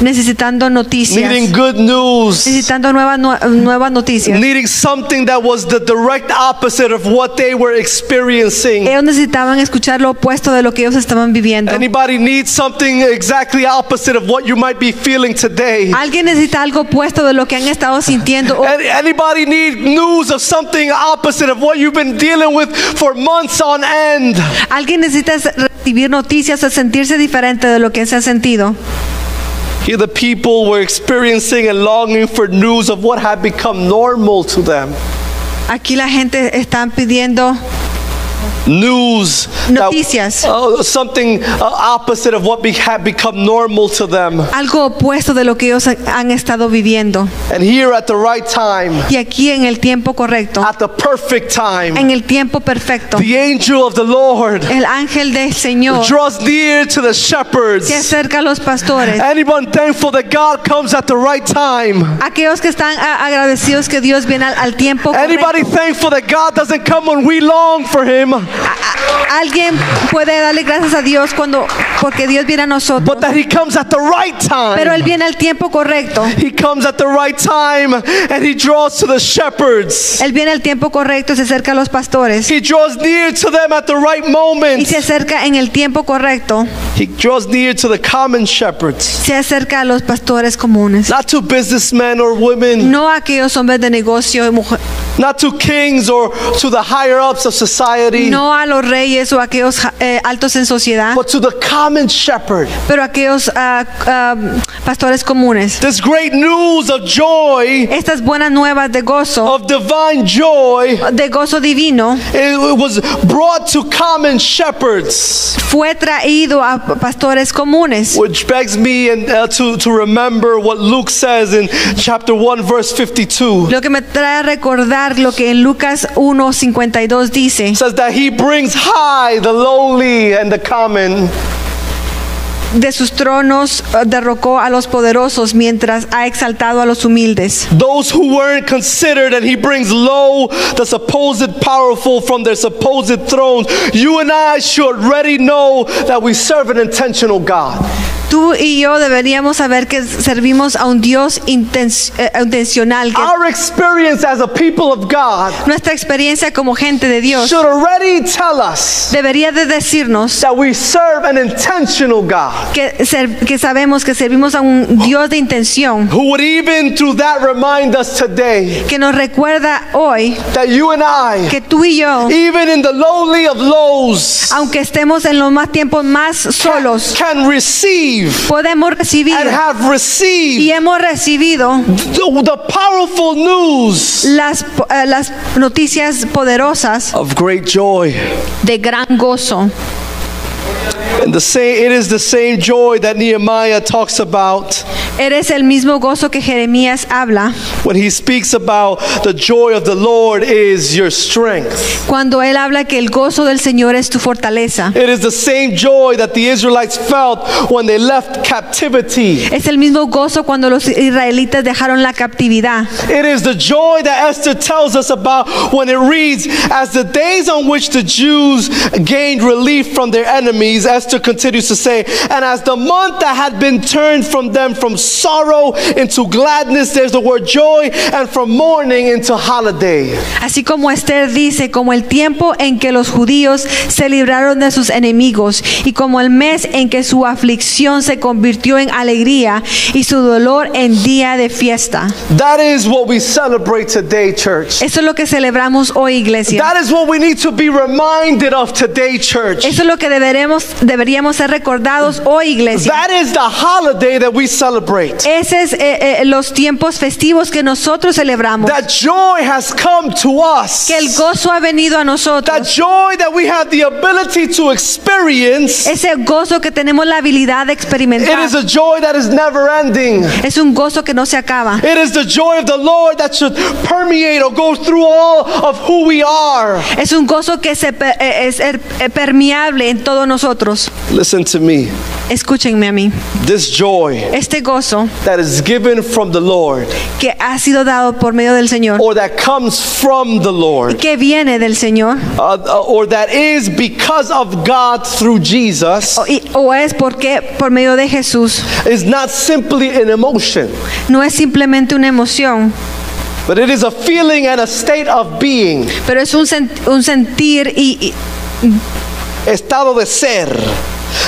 [SPEAKER 3] necesitando noticias,
[SPEAKER 2] needing good news,
[SPEAKER 3] necesitando nuevas nue- nuevas noticias.
[SPEAKER 2] needing something that was the direct opposite of what they were experiencing.
[SPEAKER 3] Ellos necesitaban escuchar lo opuesto de lo que ellos estaban viviendo.
[SPEAKER 2] Anybody needs something exactly opposite of what you might be feeling today?
[SPEAKER 3] Alguien necesita algo opuesto de lo que han estado sintiendo. O-
[SPEAKER 2] Any- Anybody need news of something opposite of what you've been dealing with for months on end?
[SPEAKER 3] Alguien necesita s- recibir noticias o sentirse diferente de lo que se ha sentido.
[SPEAKER 2] Here, the people were experiencing and longing for news of what had become normal to them.
[SPEAKER 3] Aquí la gente está pidiendo
[SPEAKER 2] News.
[SPEAKER 3] Noticias.
[SPEAKER 2] That, oh, something uh, opposite of what be, had become normal to them.
[SPEAKER 3] algo opuesto de lo que ellos ha- han estado viviendo.
[SPEAKER 2] And here at the right time,
[SPEAKER 3] Y aquí en el tiempo correcto,
[SPEAKER 2] at the perfect time,
[SPEAKER 3] en el tiempo perfecto,
[SPEAKER 2] the angel of the Lord
[SPEAKER 3] el ángel del Señor
[SPEAKER 2] draws near to the shepherds.
[SPEAKER 3] que acerca a los pastores,
[SPEAKER 2] Anyone thankful that God comes at the right time?
[SPEAKER 3] aquellos que están a- agradecidos que Dios viene al, al tiempo correcto.
[SPEAKER 2] Anybody thankful that God doesn't come when we long for Him,
[SPEAKER 3] A- a- Alguien puede darle gracias a Dios cuando porque Dios viene a nosotros,
[SPEAKER 2] but that He comes at the right
[SPEAKER 3] pero él
[SPEAKER 2] time?
[SPEAKER 3] viene al tiempo correcto.
[SPEAKER 2] He comes at the right time and He draws to the shepherds.
[SPEAKER 3] Él viene al tiempo correcto, se acerca a los pastores
[SPEAKER 2] He draws near to them at the right moment.
[SPEAKER 3] y se acerca en el tiempo correcto.
[SPEAKER 2] He draws near to the common shepherds,
[SPEAKER 3] Se acerca a los pastores comunes,
[SPEAKER 2] not to businessmen or women,
[SPEAKER 3] no a aquellos hombres de negocio, y mujer-
[SPEAKER 2] not to kings or to the higher ups of society,
[SPEAKER 3] no a los reyes o a aquellos ja- eh, altos en sociedad,
[SPEAKER 2] but to the common shepherd.
[SPEAKER 3] pero a aquellos ah, ah, pastores comunes.
[SPEAKER 2] This great news of joy,
[SPEAKER 3] Estas buenas nuevas de gozo,
[SPEAKER 2] of divine joy,
[SPEAKER 3] de gozo divino,
[SPEAKER 2] it was brought to common shepherds.
[SPEAKER 3] fue traído a pastores comunes.
[SPEAKER 2] Which begs me and, uh, to, to remember what Luke says in chapter 1, verse 52. It
[SPEAKER 3] Lo que me trae a recordar lo que en Lucas 1:52 dice.
[SPEAKER 2] says that he brings high the lowly and the common.
[SPEAKER 3] De sus tronos eh, derrocó a los poderosos mientras ha exaltado a los humildes.
[SPEAKER 2] Those who weren't considered, and he brings low the supposed powerful from their supposed thrones. You and I should already know that we serve an intentional God.
[SPEAKER 3] Tú y yo deberíamos saber que servimos a un Dios intenc- eh, intencional. que
[SPEAKER 2] Our experience as a people of God
[SPEAKER 3] nuestra experiencia como gente de Dios
[SPEAKER 2] should already tell us
[SPEAKER 3] debería de decirnos
[SPEAKER 2] that we serve an intentional God
[SPEAKER 3] que, ser- que sabemos que servimos a un Dios de intención
[SPEAKER 2] who would even through that remind us today
[SPEAKER 3] que nos recuerda hoy
[SPEAKER 2] that you and I,
[SPEAKER 3] que tú y yo,
[SPEAKER 2] even in the lowly of lows,
[SPEAKER 3] aunque estemos en los más tiempos más solos,
[SPEAKER 2] can receive
[SPEAKER 3] podemos recibir
[SPEAKER 2] and have
[SPEAKER 3] y
[SPEAKER 2] received
[SPEAKER 3] hemos recibido
[SPEAKER 2] the, the powerful news
[SPEAKER 3] las, po- eh, las noticias poderosas
[SPEAKER 2] of great joy.
[SPEAKER 3] de gran gozo.
[SPEAKER 2] And the same, it is the same joy that Nehemiah talks about
[SPEAKER 3] Eres el mismo gozo que Jeremías habla
[SPEAKER 2] when he speaks about the joy of the Lord is your strength.
[SPEAKER 3] cuando él habla que el gozo del Señor es tu fortaleza.
[SPEAKER 2] It is the same joy that the Israelites felt when they left captivity.
[SPEAKER 3] Es el mismo gozo cuando los israelitas dejaron la captividad.
[SPEAKER 2] It is the joy that Esther tells us about when it reads, As the days on which the Jews gained relief from their enemies, Esther continues to say, And as the month that had been turned from them from sorrow into gladness, there's the word joy, and from mourning into holiday.
[SPEAKER 3] Así como Esther dice, como el tiempo en que los judíos se libraron de sus enemigos y como el mes en que su aflicción se convirtió en alegría y su dolor en día de fiesta.
[SPEAKER 2] That is what we celebrate today, church.
[SPEAKER 3] Eso es lo que celebramos hoy, iglesia.
[SPEAKER 2] That is what we need to be reminded of today, church.
[SPEAKER 3] Eso es lo que deberemos, deberíamos ser recordados hoy, iglesia.
[SPEAKER 2] That is the holiday that we celebrate.
[SPEAKER 3] Esos son eh, los tiempos festivos que nosotros celebramos.
[SPEAKER 2] That joy has come to us.
[SPEAKER 3] Que el gozo ha venido a
[SPEAKER 2] That
[SPEAKER 3] nosotros.
[SPEAKER 2] joy that we have the ability to experience, it
[SPEAKER 3] Ese gozo que tenemos la habilidad de experimentar.
[SPEAKER 2] is a joy that is never ending.
[SPEAKER 3] Es un gozo que no se acaba.
[SPEAKER 2] It is the joy of the Lord that should permeate or go through all of who we are.
[SPEAKER 3] Es un gozo que se pe- eh, es er- eh, permeable en todos nosotros.
[SPEAKER 2] Listen to me.
[SPEAKER 3] Escúchenme a mí.
[SPEAKER 2] This joy
[SPEAKER 3] Este gozo
[SPEAKER 2] that is given from the Lord
[SPEAKER 3] que ha sido dado por medio del Señor,
[SPEAKER 2] or that comes from the Lord
[SPEAKER 3] que viene del Señor,
[SPEAKER 2] uh, uh, or that is because of God through Jesus
[SPEAKER 3] o, y- o es porque por medio de Jesús,
[SPEAKER 2] is not simply an emotion,
[SPEAKER 3] no es simplemente una emoción,
[SPEAKER 2] but it is a feeling and a state of being.
[SPEAKER 3] pero es un, sen- un sentir y,
[SPEAKER 2] estado de ser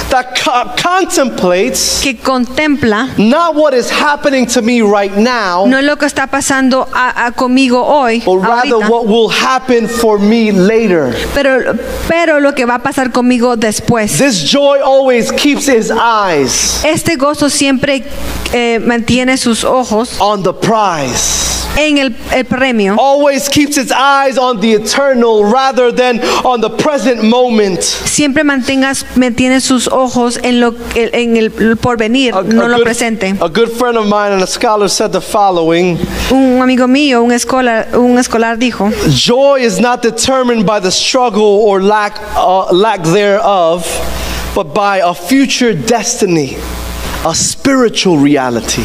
[SPEAKER 2] that co-
[SPEAKER 3] y
[SPEAKER 2] contemplates
[SPEAKER 3] que contempla
[SPEAKER 2] not what is happening to me right now,
[SPEAKER 3] no lo que está pasando a- a conmigo hoy,
[SPEAKER 2] but rather
[SPEAKER 3] ahorita,
[SPEAKER 2] what will happen for me later.
[SPEAKER 3] pero, pero lo que va a pasar conmigo después.
[SPEAKER 2] This joy always keeps his eyes
[SPEAKER 3] Este gozo siempre eh, mantiene sus ojos
[SPEAKER 2] on the prize.
[SPEAKER 3] en el, el premio.
[SPEAKER 2] Always keeps its eyes on the eternal rather than on the present moment.
[SPEAKER 3] Siempre mantengas, mantiene sus ojos en, lo, en el porvenir, no lo presente.
[SPEAKER 2] a good friend of mine and a scholar said the following
[SPEAKER 3] Un amigo mío, un escolar, un escolar dijo,
[SPEAKER 2] Joy is not determined by the struggle or lack, uh, lack thereof, but by a future destiny, a spiritual reality.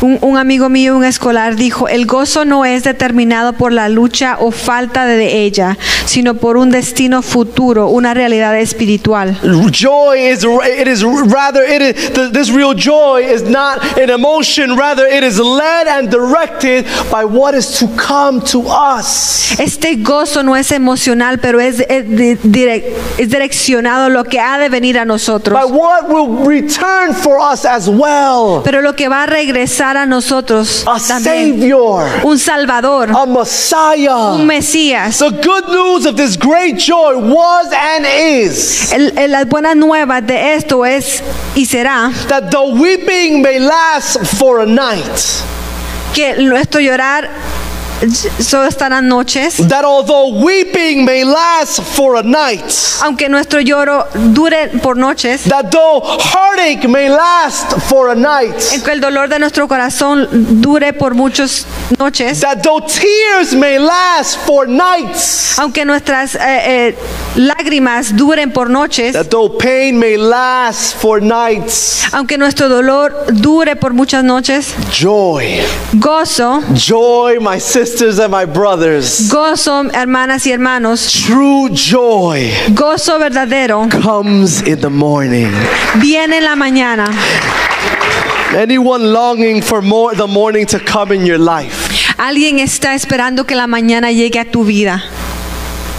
[SPEAKER 3] un, un amigo mío, un escolar dijo, el gozo no es determinado por la lucha o falta de ella, sino por un destino futuro, una realidad espiritual.
[SPEAKER 2] Joy is, it is rather, it is, th- this real joy is not an emotion, rather, it is led and directed by what is to come to us.
[SPEAKER 3] Este gozo no es emocional, pero es, es di- direc- es direccionado a lo que ha de venir a nosotros.
[SPEAKER 2] By what will return for us as well
[SPEAKER 3] pero lo que va a regresar a nosotros
[SPEAKER 2] a
[SPEAKER 3] también
[SPEAKER 2] Savior, Ah.
[SPEAKER 3] un Salvador,
[SPEAKER 2] a Messiah.
[SPEAKER 3] un Mesías.
[SPEAKER 2] The good news of this great joy was and is
[SPEAKER 3] El- el- las buenas nuevas de esto es y será
[SPEAKER 2] that the weeping may last for a night,
[SPEAKER 3] que nuestro llorar solo estarán noches,
[SPEAKER 2] that although weeping may last for a night,
[SPEAKER 3] aunque nuestro lloro dure por noches,
[SPEAKER 2] that though heartache may last for a night,
[SPEAKER 3] aunque el dolor de nuestro corazón dure por muchas noches,
[SPEAKER 2] that though tears may last for nights,
[SPEAKER 3] aunque nuestras eh, eh, lágrimas duren por noches,
[SPEAKER 2] that though pain may last for nights,
[SPEAKER 3] aunque nuestro dolor dure por muchas noches,
[SPEAKER 2] joy,
[SPEAKER 3] gozo,
[SPEAKER 2] joy, my sisters and my brothers,
[SPEAKER 3] gozo, hermanas y hermanos.
[SPEAKER 2] true joy
[SPEAKER 3] Gozo verdadero
[SPEAKER 2] comes in the morning.
[SPEAKER 3] viene en la mañana.
[SPEAKER 2] Anyone longing for more the morning to come in your life?
[SPEAKER 3] Alguien está esperando que la mañana llegue a tu vida.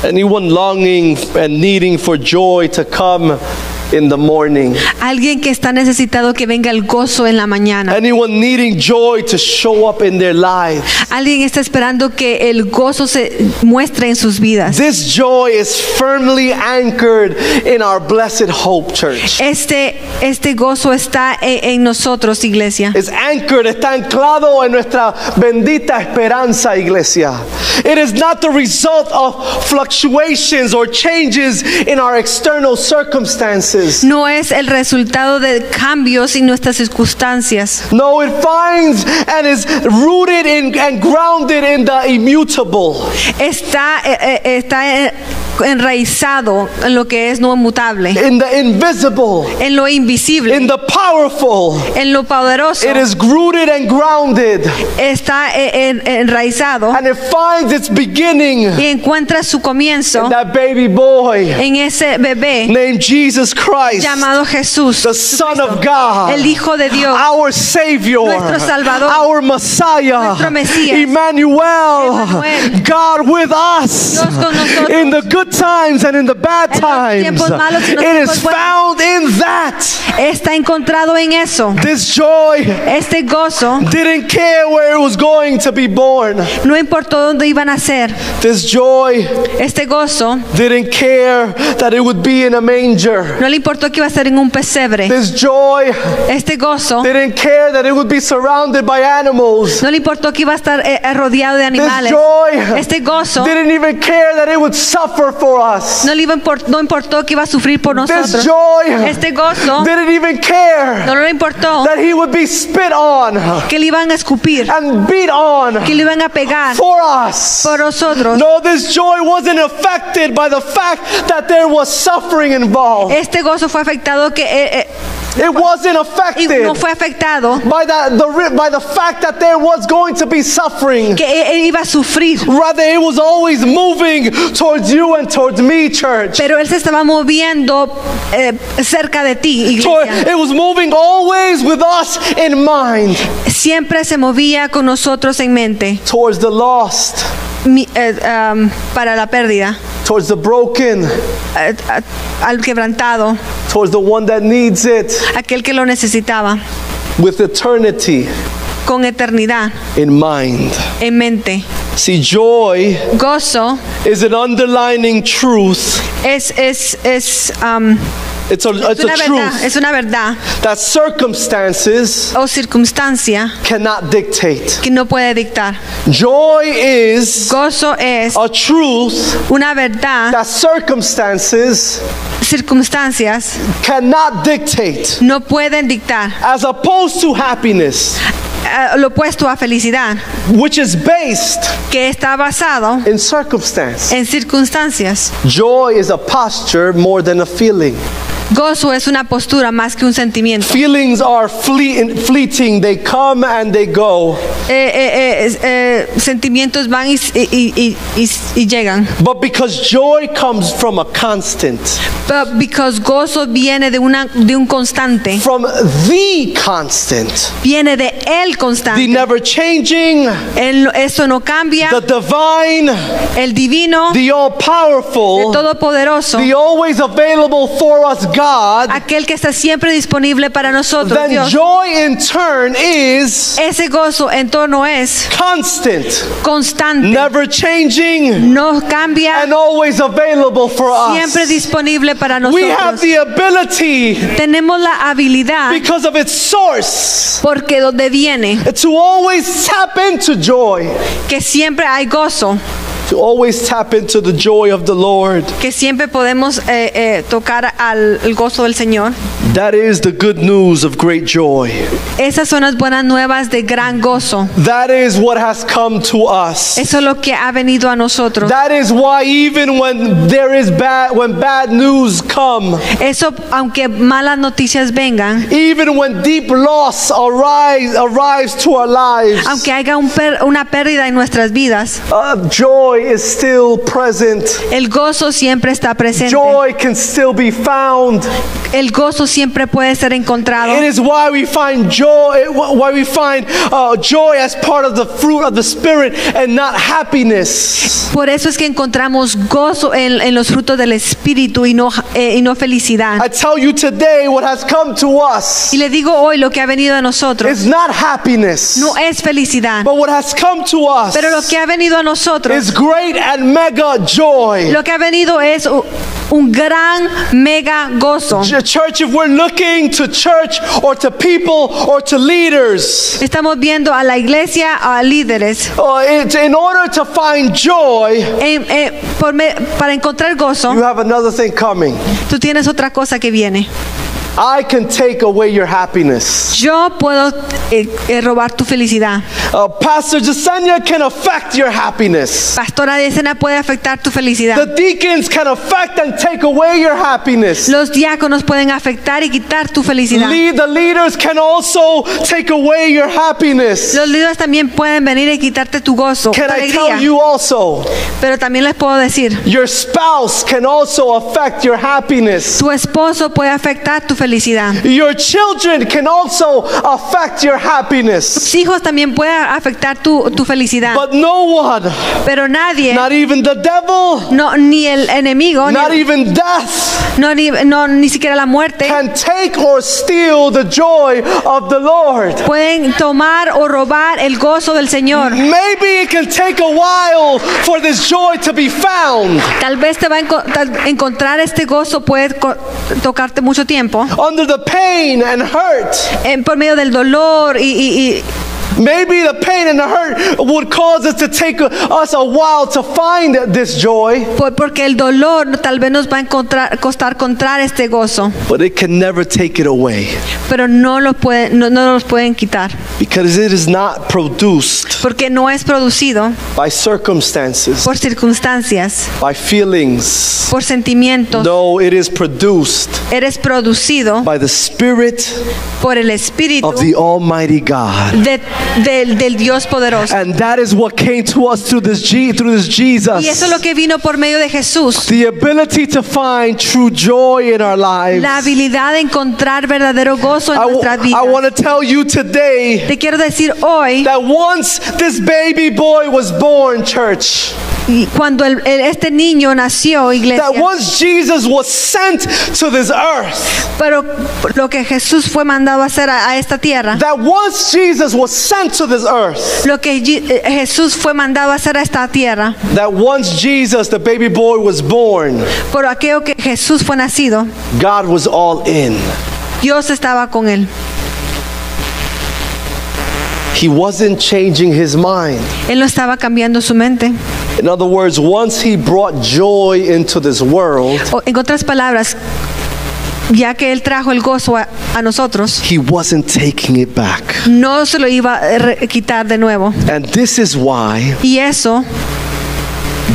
[SPEAKER 2] Anyone longing and needing for joy to come in the morning.
[SPEAKER 3] Alguien que está necesitado que venga el gozo en la mañana.
[SPEAKER 2] Anyone needing joy to show up in their lives.
[SPEAKER 3] Alguien está esperando que el gozo se muestre en sus vidas.
[SPEAKER 2] This joy is firmly anchored in our blessed hope, church.
[SPEAKER 3] Este, este gozo está e- en, nosotros, iglesia.
[SPEAKER 2] It's anchored, está anclado en nuestra bendita esperanza, iglesia. It is not the result of fluctuations or changes in our external circumstances.
[SPEAKER 3] No es el resultado de cambios en nuestras circunstancias,
[SPEAKER 2] No, it finds and is rooted in and grounded in the immutable.
[SPEAKER 3] está, eh, eh, está eh, enraizado en lo que es no mutable,
[SPEAKER 2] in the invisible,
[SPEAKER 3] en lo invisible,
[SPEAKER 2] in the powerful.
[SPEAKER 3] en lo poderoso.
[SPEAKER 2] It is rooted and grounded,
[SPEAKER 3] Está eh, en- enraizado
[SPEAKER 2] and it finds its beginning in
[SPEAKER 3] y encuentra su comienzo
[SPEAKER 2] that baby boy
[SPEAKER 3] en ese bebé
[SPEAKER 2] named Jesus Christ,
[SPEAKER 3] llamado Jesús,
[SPEAKER 2] the Son of God,
[SPEAKER 3] el Hijo de Dios,
[SPEAKER 2] our Savior,
[SPEAKER 3] Nuestro Salvador,
[SPEAKER 2] our Messiah,
[SPEAKER 3] nuestro Mesías,
[SPEAKER 2] Emmanuel,
[SPEAKER 3] Emmanuel,
[SPEAKER 2] God with us.
[SPEAKER 3] Dios con nosotros.
[SPEAKER 2] In the good times and in the bad
[SPEAKER 3] En los
[SPEAKER 2] times,
[SPEAKER 3] tiempos malos y en los
[SPEAKER 2] it is
[SPEAKER 3] tiempos buenos.
[SPEAKER 2] found in that.
[SPEAKER 3] está encontrado en eso.
[SPEAKER 2] This joy
[SPEAKER 3] Este gozo
[SPEAKER 2] didn't care where it was going to be born.
[SPEAKER 3] no importó dónde iban a ser.
[SPEAKER 2] This joy
[SPEAKER 3] Este gozo
[SPEAKER 2] didn't care that it would be in a manger.
[SPEAKER 3] no le importó que iba a ser en un pesebre.
[SPEAKER 2] This joy
[SPEAKER 3] Este gozo
[SPEAKER 2] didn't care that it would be surrounded by animals.
[SPEAKER 3] no le importó que iba a estar eh, eh, rodeado de
[SPEAKER 2] This
[SPEAKER 3] animales.
[SPEAKER 2] joy
[SPEAKER 3] Este gozo
[SPEAKER 2] didn't even care that it would suffer for us.
[SPEAKER 3] no le iba a import- no importó que iba a sufrir por
[SPEAKER 2] This
[SPEAKER 3] nosotros.
[SPEAKER 2] joy
[SPEAKER 3] Este gozo
[SPEAKER 2] didn't even
[SPEAKER 3] no
[SPEAKER 2] care
[SPEAKER 3] le importó
[SPEAKER 2] that he would be spit on
[SPEAKER 3] que le iban a escupir,
[SPEAKER 2] and beat
[SPEAKER 3] que
[SPEAKER 2] on
[SPEAKER 3] le iban a pegar
[SPEAKER 2] for us.
[SPEAKER 3] por nosotros.
[SPEAKER 2] No, this joy wasn't affected by the fact that there was suffering involved.
[SPEAKER 3] Este gozo fue afectado que eh, eh,
[SPEAKER 2] It wasn't
[SPEAKER 3] y
[SPEAKER 2] affected
[SPEAKER 3] no fue afectado
[SPEAKER 2] by the, the ri- by the fact that there was going to be suffering.
[SPEAKER 3] que eh, él- él iba a sufrir,
[SPEAKER 2] Rather, it was always moving towards you and towards me, church.
[SPEAKER 3] pero él se estaba moviendo eh, cerca de ti,
[SPEAKER 2] Toward-
[SPEAKER 3] iglesia.
[SPEAKER 2] it was moving always with us in mind,
[SPEAKER 3] Siempre se movía con nosotros en mente
[SPEAKER 2] towards the lost,
[SPEAKER 3] mi- eh, am, para la pérdida,
[SPEAKER 2] towards the broken,
[SPEAKER 3] eh, a- al quebrantado,
[SPEAKER 2] towards the one that needs it,
[SPEAKER 3] aquel que lo necesitaba,
[SPEAKER 2] with eternity
[SPEAKER 3] con eternidad
[SPEAKER 2] in mind.
[SPEAKER 3] en mente.
[SPEAKER 2] See, joy
[SPEAKER 3] Gozo
[SPEAKER 2] is an underlining truth.
[SPEAKER 3] es, es, es, am,
[SPEAKER 2] It's a, it's
[SPEAKER 3] es una
[SPEAKER 2] a
[SPEAKER 3] verdad, es
[SPEAKER 2] truth
[SPEAKER 3] una verdad
[SPEAKER 2] that circumstances
[SPEAKER 3] o circunstancia
[SPEAKER 2] cannot dictate.
[SPEAKER 3] que no puede dictar.
[SPEAKER 2] Joy is
[SPEAKER 3] Gozo es
[SPEAKER 2] a truth
[SPEAKER 3] una verdad,
[SPEAKER 2] that circumstances
[SPEAKER 3] circunstancias
[SPEAKER 2] cannot dictate,
[SPEAKER 3] no pueden dictar.
[SPEAKER 2] as opposed to happiness,
[SPEAKER 3] Ah, lo opuesto a felicidad,
[SPEAKER 2] which is based
[SPEAKER 3] que está basado
[SPEAKER 2] in circumstance.
[SPEAKER 3] en circunstancias.
[SPEAKER 2] Joy is a posture more than a feeling.
[SPEAKER 3] Gozo es una postura más que un sentimiento.
[SPEAKER 2] Feelings are fleeting, fleeting. they come and they go.
[SPEAKER 3] Eh, eh, eh, es- eh, sentimientos van y, y- y- y- y llegan.
[SPEAKER 2] But because joy comes from a constant,
[SPEAKER 3] But because gozo viene de, una, de un constante,
[SPEAKER 2] from the constant,
[SPEAKER 3] viene de el
[SPEAKER 2] the
[SPEAKER 3] constante.
[SPEAKER 2] never changing,
[SPEAKER 3] Él no- eso no cambia.
[SPEAKER 2] the divine,
[SPEAKER 3] El divino,
[SPEAKER 2] the all
[SPEAKER 3] el
[SPEAKER 2] powerful,
[SPEAKER 3] todopoderoso,
[SPEAKER 2] the always available for us God,
[SPEAKER 3] aquel que está siempre disponible para nosotros,
[SPEAKER 2] then
[SPEAKER 3] Dios.
[SPEAKER 2] joy in turn is
[SPEAKER 3] Ese gozo en torno es
[SPEAKER 2] constant,
[SPEAKER 3] constante,
[SPEAKER 2] never changing,
[SPEAKER 3] no cambia,
[SPEAKER 2] and always available for
[SPEAKER 3] siempre
[SPEAKER 2] us.
[SPEAKER 3] disponible para
[SPEAKER 2] We have
[SPEAKER 3] nosotros.
[SPEAKER 2] the ability
[SPEAKER 3] Tenemos la habilidad
[SPEAKER 2] because of its source
[SPEAKER 3] porque donde viene,
[SPEAKER 2] to always tap into joy,
[SPEAKER 3] que siempre hay gozo,
[SPEAKER 2] to always tap into the joy of the Lord.
[SPEAKER 3] que siempre podemos eh, eh, tocar al el gozo del Señor.
[SPEAKER 2] That is the good news of great joy.
[SPEAKER 3] Esas son las buenas nuevas de gran gozo.
[SPEAKER 2] That is what has come to us.
[SPEAKER 3] Eso es lo que ha venido a nosotros.
[SPEAKER 2] That is why even when there is bad when bad news come,
[SPEAKER 3] Eso, aunque malas noticias vengan,
[SPEAKER 2] even when deep loss arise, arrives to our lives,
[SPEAKER 3] aunque haya un per- una pérdida en nuestras vidas,
[SPEAKER 2] uh, joy Joy is still present.
[SPEAKER 3] El gozo siempre está presente.
[SPEAKER 2] Joy can still be found.
[SPEAKER 3] El gozo siempre puede ser encontrado.
[SPEAKER 2] It is why we find joy, why we find uh, joy as part of the fruit of the Spirit and not happiness.
[SPEAKER 3] Por eso es que encontramos gozo en, en los frutos del Espíritu y no, eh, y no felicidad.
[SPEAKER 2] I tell you today what has come to us
[SPEAKER 3] Y le digo hoy lo que ha venido a nosotros.
[SPEAKER 2] is not happiness,
[SPEAKER 3] No es felicidad.
[SPEAKER 2] but what has come to us
[SPEAKER 3] Pero lo que ha venido a nosotros,
[SPEAKER 2] is great and mega joy.
[SPEAKER 3] lo que ha venido es u- un gran mega gozo.
[SPEAKER 2] Ch- Church, if we're looking to church or to people or to leaders,
[SPEAKER 3] Estamos viendo a la iglesia, a líderes.
[SPEAKER 2] uh, it, in order to find joy,
[SPEAKER 3] En- eh, por me- para encontrar
[SPEAKER 2] you
[SPEAKER 3] gozo,
[SPEAKER 2] have another thing coming.
[SPEAKER 3] tú tienes otra cosa que viene.
[SPEAKER 2] I can take away your happiness.
[SPEAKER 3] Yo puedo eh, eh, robar tu felicidad.
[SPEAKER 2] Uh, Pastor Jasenia can affect your happiness.
[SPEAKER 3] Pastora de escena puede afectar tu
[SPEAKER 2] The
[SPEAKER 3] felicidad.
[SPEAKER 2] deacons can affect and take away your happiness.
[SPEAKER 3] Los diáconos pueden afectar y quitar tu felicidad.
[SPEAKER 2] Lead, the leaders can also take away your happiness.
[SPEAKER 3] Los líderes también pueden venir y quitarte tu gozo, tu
[SPEAKER 2] Can I tell
[SPEAKER 3] alegría.
[SPEAKER 2] you also?
[SPEAKER 3] Pero también les puedo decir,
[SPEAKER 2] Your spouse can also affect your happiness.
[SPEAKER 3] tu esposo puede afectar tu felicidad.
[SPEAKER 2] Your children can also affect your happiness.
[SPEAKER 3] Tus hijos también pueden afectar tu, tu felicidad.
[SPEAKER 2] But no one,
[SPEAKER 3] Pero nadie,
[SPEAKER 2] not even the devil,
[SPEAKER 3] no, ni el enemigo,
[SPEAKER 2] not
[SPEAKER 3] ni,
[SPEAKER 2] even death,
[SPEAKER 3] no, ni, no, ni siquiera la muerte,
[SPEAKER 2] can take or steal the joy of the Lord.
[SPEAKER 3] pueden tomar o robar el gozo del Señor.
[SPEAKER 2] Maybe it can take a while for this joy to be found
[SPEAKER 3] Tal vez te va a enco- tal- encontrar este gozo, puede co- tocarte mucho tiempo,
[SPEAKER 2] under the pain and hurt.
[SPEAKER 3] eh, por medio del dolor y, y- y-
[SPEAKER 2] Maybe the pain and the hurt would cause us to take us a while to find this joy,
[SPEAKER 3] por- porque el dolor tal vez nos va a encontrar, costar encontrar este gozo,
[SPEAKER 2] but it can never take it away
[SPEAKER 3] pero no lo pueden, no, no los pueden quitar,
[SPEAKER 2] because it is not produced
[SPEAKER 3] porque no es producido
[SPEAKER 2] by circumstances,
[SPEAKER 3] por circunstancias,
[SPEAKER 2] by feelings.
[SPEAKER 3] por sentimientos.
[SPEAKER 2] No, it is produced
[SPEAKER 3] Eres producido
[SPEAKER 2] by the Spirit
[SPEAKER 3] por el Espíritu
[SPEAKER 2] of the Almighty God.
[SPEAKER 3] de- del, del Dios poderoso.
[SPEAKER 2] And that is what came to us through this, Je- through this Jesus.
[SPEAKER 3] Y eso es lo que vino por medio de Jesús.
[SPEAKER 2] The ability to find true joy in our lives.
[SPEAKER 3] La habilidad de encontrar verdadero gozo en
[SPEAKER 2] I
[SPEAKER 3] nuestra vida.
[SPEAKER 2] want to tell you today
[SPEAKER 3] Te quiero decir hoy,
[SPEAKER 2] that once this baby boy was born, church,
[SPEAKER 3] y cuando el- el- este niño nació, iglesia,
[SPEAKER 2] that once Jesus was sent to this earth,
[SPEAKER 3] pero lo que Jesús fue mandado a hacer a, a esta tierra,
[SPEAKER 2] that once Jesus was sent to this earth,
[SPEAKER 3] lo que Ye- eh, Jesús fue mandado a hacer a esta tierra,
[SPEAKER 2] that once Jesus, the baby boy, was born,
[SPEAKER 3] por aquello que Jesús fue nacido,
[SPEAKER 2] God was all in.
[SPEAKER 3] Dios estaba con él.
[SPEAKER 2] He wasn't changing his mind.
[SPEAKER 3] Él no estaba cambiando su mente.
[SPEAKER 2] In other words, once he brought joy into this world,
[SPEAKER 3] O, en otras palabras, ya que Él trajo el gozo a, a nosotros,
[SPEAKER 2] he wasn't taking it back.
[SPEAKER 3] no se lo iba a re- quitar de nuevo.
[SPEAKER 2] And this is why
[SPEAKER 3] Y eso,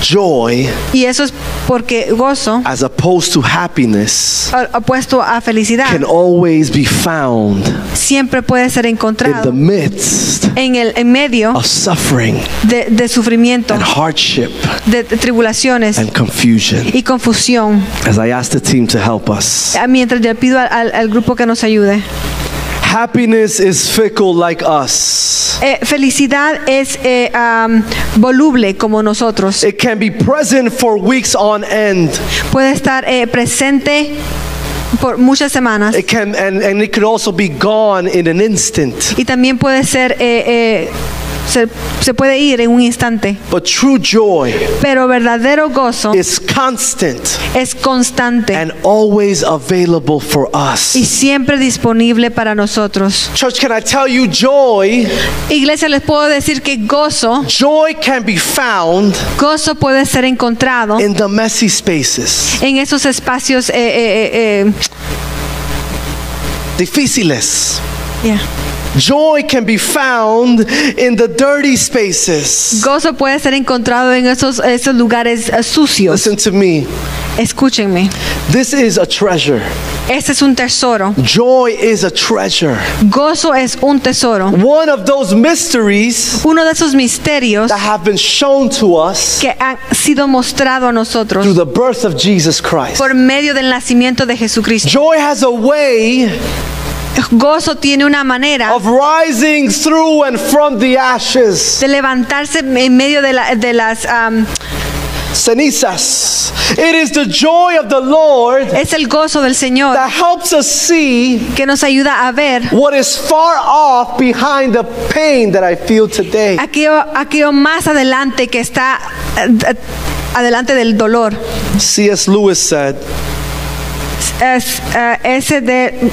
[SPEAKER 2] joy,
[SPEAKER 3] y eso es porque gozo,
[SPEAKER 2] as opposed to happiness,
[SPEAKER 3] a- opuesto a felicidad,
[SPEAKER 2] can always be found
[SPEAKER 3] siempre puede ser
[SPEAKER 2] in the
[SPEAKER 3] encontrado
[SPEAKER 2] midst
[SPEAKER 3] en el en medio
[SPEAKER 2] of suffering
[SPEAKER 3] de, de sufrimiento,
[SPEAKER 2] and hardship
[SPEAKER 3] de, de tribulaciones
[SPEAKER 2] and confusion.
[SPEAKER 3] y confusión.
[SPEAKER 2] As I ask the team to help us,
[SPEAKER 3] Ah, Mientras yo pido al, al- al grupo que nos ayude.
[SPEAKER 2] happiness is fickle like us.
[SPEAKER 3] Eh, felicidad es eh, am, voluble como nosotros.
[SPEAKER 2] It can be present for weeks on end.
[SPEAKER 3] Puede estar eh, presente por muchas semanas.
[SPEAKER 2] It can and, and it can also be gone in an instant.
[SPEAKER 3] y también puede ser eh, eh, se, se puede ir en un instante
[SPEAKER 2] But true joy
[SPEAKER 3] pero verdadero gozo
[SPEAKER 2] is constant
[SPEAKER 3] es constante
[SPEAKER 2] and always available for us.
[SPEAKER 3] y siempre disponible para nosotros
[SPEAKER 2] Church, can I tell you joy?
[SPEAKER 3] iglesia les puedo decir que gozo
[SPEAKER 2] Joy can be found
[SPEAKER 3] gozo puede ser encontrado
[SPEAKER 2] in the messy spaces.
[SPEAKER 3] en esos espacios eh, eh, eh, eh,
[SPEAKER 2] Difíciles.
[SPEAKER 3] yeah,
[SPEAKER 2] Joy can be found in the dirty spaces.
[SPEAKER 3] Gozo puede ser encontrado en esos, esos lugares eh, sucios.
[SPEAKER 2] Listen to me.
[SPEAKER 3] Escúchenme,
[SPEAKER 2] This is a treasure.
[SPEAKER 3] este es un tesoro.
[SPEAKER 2] Joy is a treasure.
[SPEAKER 3] Gozo es un tesoro.
[SPEAKER 2] One of those mysteries
[SPEAKER 3] Uno de esos misterios
[SPEAKER 2] that have been shown to us
[SPEAKER 3] que han sido mostrado a nosotros
[SPEAKER 2] through the birth of Jesus Christ.
[SPEAKER 3] por medio del nacimiento de Jesucristo.
[SPEAKER 2] Joy has a way
[SPEAKER 3] Gozo tiene una manera
[SPEAKER 2] of rising through and from the ashes.
[SPEAKER 3] de levantarse en medio de, la- de las... am,
[SPEAKER 2] Cenizas. It is the joy of the Lord
[SPEAKER 3] es el gozo del Señor
[SPEAKER 2] that helps us see
[SPEAKER 3] que nos ayuda a ver
[SPEAKER 2] what is far off behind the pain that I feel today.
[SPEAKER 3] aquello, aquello más adelante que está eh, adelante del dolor.
[SPEAKER 2] C.S. Lewis said,
[SPEAKER 3] Es, eh, ese de...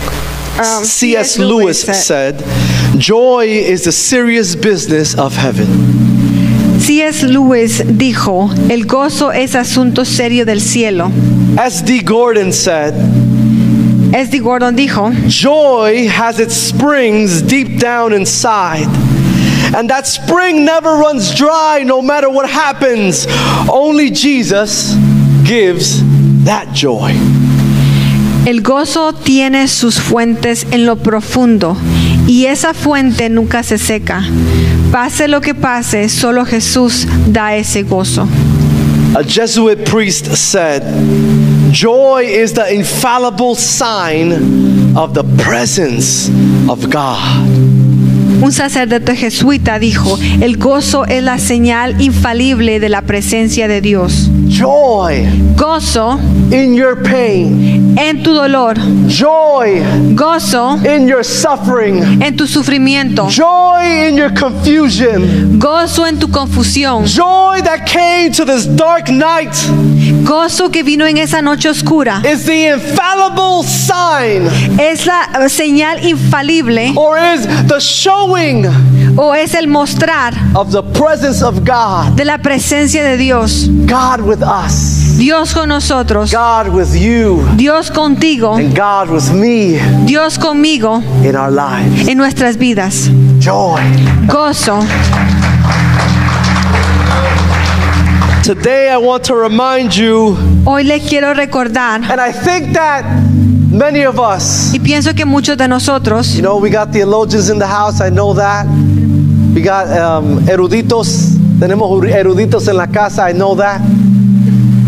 [SPEAKER 3] um,
[SPEAKER 2] C.S. Lewis
[SPEAKER 3] eh,
[SPEAKER 2] said, Joy is the serious business of heaven.
[SPEAKER 3] C.S. Lewis dijo, el gozo es asunto serio del cielo.
[SPEAKER 2] S.D. Gordon said,
[SPEAKER 3] S.D. Gordon dijo,
[SPEAKER 2] Joy has its springs deep down inside. And that spring never runs dry no matter what happens. Only Jesus gives that joy.
[SPEAKER 3] el gozo tiene sus fuentes en lo profundo y esa fuente nunca se seca. Pase lo que pase, solo Jesús da ese gozo.
[SPEAKER 2] A Jesuit priest said, Joy is the infallible sign of the presence of God.
[SPEAKER 3] Un sacerdote jesuita dijo, el gozo es la señal infalible de la presencia de Dios.
[SPEAKER 2] Joy
[SPEAKER 3] Gozo
[SPEAKER 2] in your pain,
[SPEAKER 3] en tu dolor,
[SPEAKER 2] joy
[SPEAKER 3] gozo
[SPEAKER 2] in your suffering,
[SPEAKER 3] en tu sufrimiento,
[SPEAKER 2] joy in your confusion,
[SPEAKER 3] gozo en tu confusión,
[SPEAKER 2] joy that came to this dark night
[SPEAKER 3] gozo que vino en esa noche oscura.
[SPEAKER 2] is the infallible sign
[SPEAKER 3] Es la eh, señal infalible
[SPEAKER 2] or is the showing
[SPEAKER 3] o es el mostrar
[SPEAKER 2] of the presence of God.
[SPEAKER 3] de la presencia de Dios.
[SPEAKER 2] God with us,
[SPEAKER 3] Dios con nosotros,
[SPEAKER 2] God with you,
[SPEAKER 3] Dios contigo,
[SPEAKER 2] and God with me.
[SPEAKER 3] Dios conmigo
[SPEAKER 2] in our lives.
[SPEAKER 3] en nuestras vidas.
[SPEAKER 2] Joy.
[SPEAKER 3] Gozo.
[SPEAKER 2] Today I want to remind you,
[SPEAKER 3] Hoy les quiero recordar
[SPEAKER 2] and I think that many of us,
[SPEAKER 3] Y pienso que muchos de nosotros,
[SPEAKER 2] you know, we got theologians in the house, I know that. We got um, eruditos, tenemos eruditos en la casa, I know that.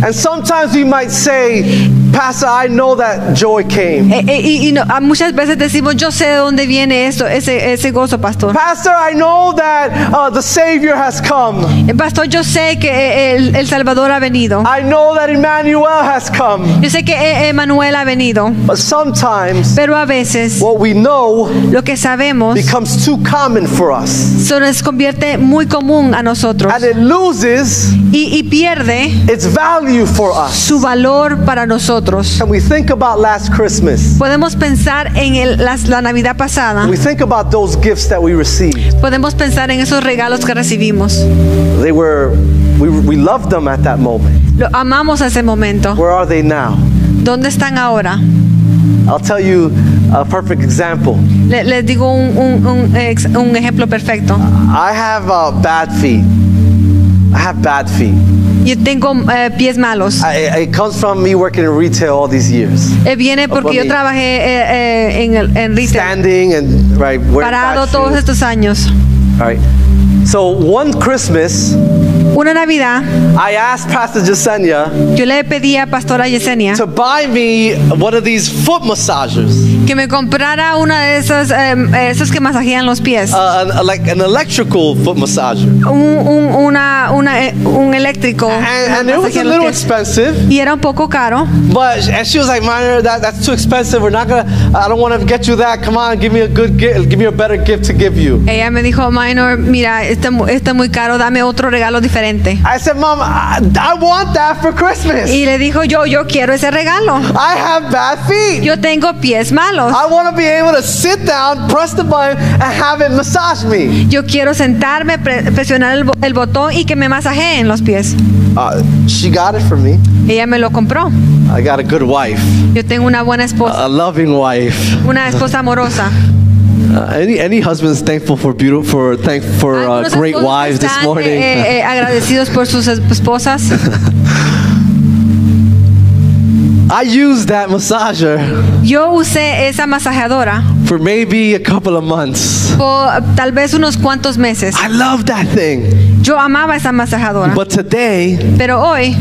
[SPEAKER 2] And sometimes we might say, Pastor, I know that joy came.
[SPEAKER 3] eh, eh, y, y no- a muchas veces decimos, yo sé de dónde viene esto, ese, ese gozo, pastor.
[SPEAKER 2] Pastor, I know that uh, the Savior has come.
[SPEAKER 3] Eh, Pastor, yo sé que eh, el, el Salvador ha venido.
[SPEAKER 2] I know that Emmanuel has come.
[SPEAKER 3] Yo sé que eh, Emanuel ha venido.
[SPEAKER 2] But sometimes
[SPEAKER 3] Pero a veces
[SPEAKER 2] what we know
[SPEAKER 3] lo que sabemos
[SPEAKER 2] becomes too common for us.
[SPEAKER 3] se nos convierte muy común a nosotros
[SPEAKER 2] and it loses
[SPEAKER 3] y, y pierde
[SPEAKER 2] its value for us.
[SPEAKER 3] su valor para nosotros.
[SPEAKER 2] And we think about last Christmas.
[SPEAKER 3] Podemos pensar en el- las- la Navidad pasada,
[SPEAKER 2] We think about those gifts that we received.
[SPEAKER 3] podemos pensar en esos regalos que recibimos.
[SPEAKER 2] They were, we, we loved them at that moment.
[SPEAKER 3] Lo amamos a ese momento.
[SPEAKER 2] Where are they now?
[SPEAKER 3] ¿Dónde están ahora?
[SPEAKER 2] I'll tell you a perfect example.
[SPEAKER 3] Le- les digo un, un- un ex- un ejemplo perfecto.
[SPEAKER 2] I have uh, bad feet. I have bad feet.
[SPEAKER 3] Yo tengo eh, pies malos.
[SPEAKER 2] I, it- it comes from me working in retail all these years.
[SPEAKER 3] Eh, viene porque yo
[SPEAKER 2] mí.
[SPEAKER 3] trabajé eh, eh, en, el- en retail,
[SPEAKER 2] Standing and right wearing
[SPEAKER 3] parado
[SPEAKER 2] bad
[SPEAKER 3] todos
[SPEAKER 2] shoes.
[SPEAKER 3] estos años.
[SPEAKER 2] All right. So one Christmas,
[SPEAKER 3] Una Navidad,
[SPEAKER 2] I asked Pastor Jasenia
[SPEAKER 3] yo le pedí a Pastora Yesenia
[SPEAKER 2] to buy me one of these foot massagers,
[SPEAKER 3] que me comprara una de esas, eh, esas que masajean los pies.
[SPEAKER 2] uh, an, like an electrical foot massager.
[SPEAKER 3] Un, un- una- una, eh, un eléctrico.
[SPEAKER 2] And, and
[SPEAKER 3] que
[SPEAKER 2] it was a
[SPEAKER 3] masajea los
[SPEAKER 2] little
[SPEAKER 3] pies.
[SPEAKER 2] expensive,
[SPEAKER 3] Y era un poco caro.
[SPEAKER 2] but and she was like, "Minor, that, that's too expensive. We're not gonna. I don't want to get you that. Come on, give me a good gift. Give me a better gift to give you."
[SPEAKER 3] Ella me dijo, Minor, mira, está mu- está muy caro, dame otro regalo diferente.
[SPEAKER 2] I said, "Mom, I, I want that for Christmas.
[SPEAKER 3] Y le dijo, yo, yo quiero ese regalo.
[SPEAKER 2] I have bad feet.
[SPEAKER 3] Yo tengo pies malos.
[SPEAKER 2] I want to be able to sit down, press the button, and have it massage me."
[SPEAKER 3] Yo quiero sentarme, pre- presionar el, bo- el botón y que me masajeen los pies.
[SPEAKER 2] Uh, she got it for me.
[SPEAKER 3] Ella me lo compró.
[SPEAKER 2] I got a good wife,
[SPEAKER 3] Yo tengo una buena esposa,
[SPEAKER 2] a loving wife.
[SPEAKER 3] una esposa amorosa.
[SPEAKER 2] Uh, any any husband's thankful for beautiful for thank for uh,
[SPEAKER 3] Algunos
[SPEAKER 2] great
[SPEAKER 3] esposos
[SPEAKER 2] wives this
[SPEAKER 3] están,
[SPEAKER 2] morning.
[SPEAKER 3] eh, eh, agradecidos por sus esposas.
[SPEAKER 2] I used that massager
[SPEAKER 3] Yo usé esa masajeadora
[SPEAKER 2] for maybe a couple of months.
[SPEAKER 3] por tal vez unos cuantos meses.
[SPEAKER 2] I love that thing.
[SPEAKER 3] Yo amaba esa masajeadora.
[SPEAKER 2] But today
[SPEAKER 3] Pero hoy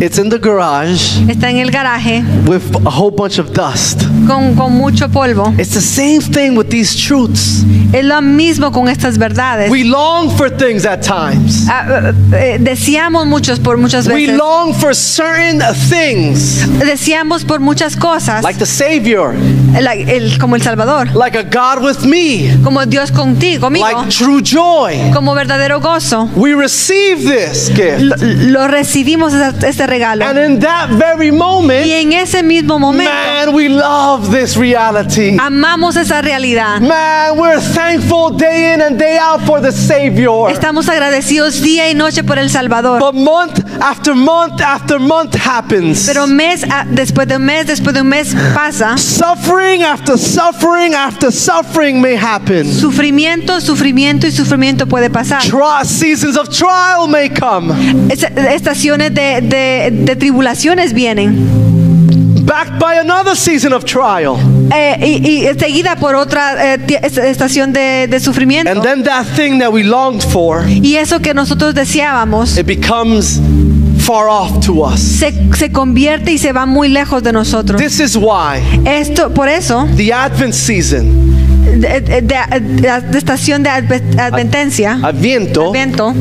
[SPEAKER 2] it's in the garage
[SPEAKER 3] está en el garaje
[SPEAKER 2] with a whole bunch of dust.
[SPEAKER 3] con, con mucho polvo.
[SPEAKER 2] It's the same thing with these truths.
[SPEAKER 3] Es lo mismo con estas verdades.
[SPEAKER 2] We long for things at times.
[SPEAKER 3] Ah, eh, eh, deseamos muchos por muchas
[SPEAKER 2] We
[SPEAKER 3] veces.
[SPEAKER 2] long for certain things,
[SPEAKER 3] Deseamos por muchas cosas.
[SPEAKER 2] like the Savior,
[SPEAKER 3] La- el- como el Salvador.
[SPEAKER 2] like a God with me,
[SPEAKER 3] Como Dios contigo, amigo.
[SPEAKER 2] like true joy.
[SPEAKER 3] Como verdadero gozo.
[SPEAKER 2] We receive this gift.
[SPEAKER 3] Lo, lo recibimos esa- este regalo.
[SPEAKER 2] And in that very
[SPEAKER 3] Y
[SPEAKER 2] moment,
[SPEAKER 3] en ese mismo momento
[SPEAKER 2] man, we love this reality.
[SPEAKER 3] amamos esa realidad.
[SPEAKER 2] Man, we're thankful day in and day out for the Savior.
[SPEAKER 3] Estamos agradecidos día y noche por el Salvador.
[SPEAKER 2] But month after month after month happens.
[SPEAKER 3] Pero mes a- después de un mes, después de un mes pasa.
[SPEAKER 2] Suffering after suffering after suffering may happen.
[SPEAKER 3] Sufrimiento, sufrimiento y sufrimiento puede pasar.
[SPEAKER 2] Tri- seasons of trial may come,
[SPEAKER 3] Es- Estaciones de, de- de tribulaciones vienen.
[SPEAKER 2] backed by another season of trial.
[SPEAKER 3] Eh, y, y seguida por otra eh, ti- es- estación de, de
[SPEAKER 2] And
[SPEAKER 3] sufrimiento.
[SPEAKER 2] then that thing that we longed for,
[SPEAKER 3] Y eso que nosotros deseábamos
[SPEAKER 2] it becomes far off to us.
[SPEAKER 3] se, se convierte y se va muy lejos de nosotros.
[SPEAKER 2] This is why
[SPEAKER 3] Esto, por eso,
[SPEAKER 2] the Advent season,
[SPEAKER 3] de, de- de- de estación de adve- advertencia,
[SPEAKER 2] Adviento,
[SPEAKER 3] adviento,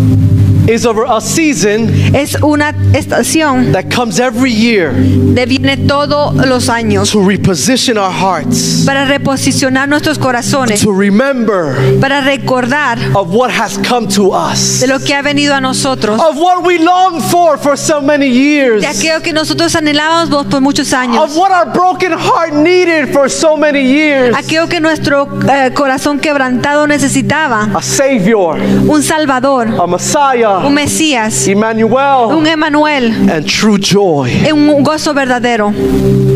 [SPEAKER 2] is over a season
[SPEAKER 3] es una estación
[SPEAKER 2] that comes every year
[SPEAKER 3] de viene todos los años
[SPEAKER 2] to reposition our hearts,
[SPEAKER 3] para reposicionar nuestros corazones,
[SPEAKER 2] to remember
[SPEAKER 3] para recordar
[SPEAKER 2] of what has come to us,
[SPEAKER 3] de lo que ha venido a nosotros,
[SPEAKER 2] of what we longed for for so many years.
[SPEAKER 3] de aquello que nosotros anhelábamos por muchos
[SPEAKER 2] Of
[SPEAKER 3] años,
[SPEAKER 2] what our broken heart needed for so many years.
[SPEAKER 3] aquello que nuestro eh, corazón quebrantado necesitaba,
[SPEAKER 2] a savior,
[SPEAKER 3] un Salvador,
[SPEAKER 2] a
[SPEAKER 3] un
[SPEAKER 2] messiah,
[SPEAKER 3] Mesías,
[SPEAKER 2] Emmanuel,
[SPEAKER 3] un Emanuel,
[SPEAKER 2] and true joy.
[SPEAKER 3] un gozo verdadero.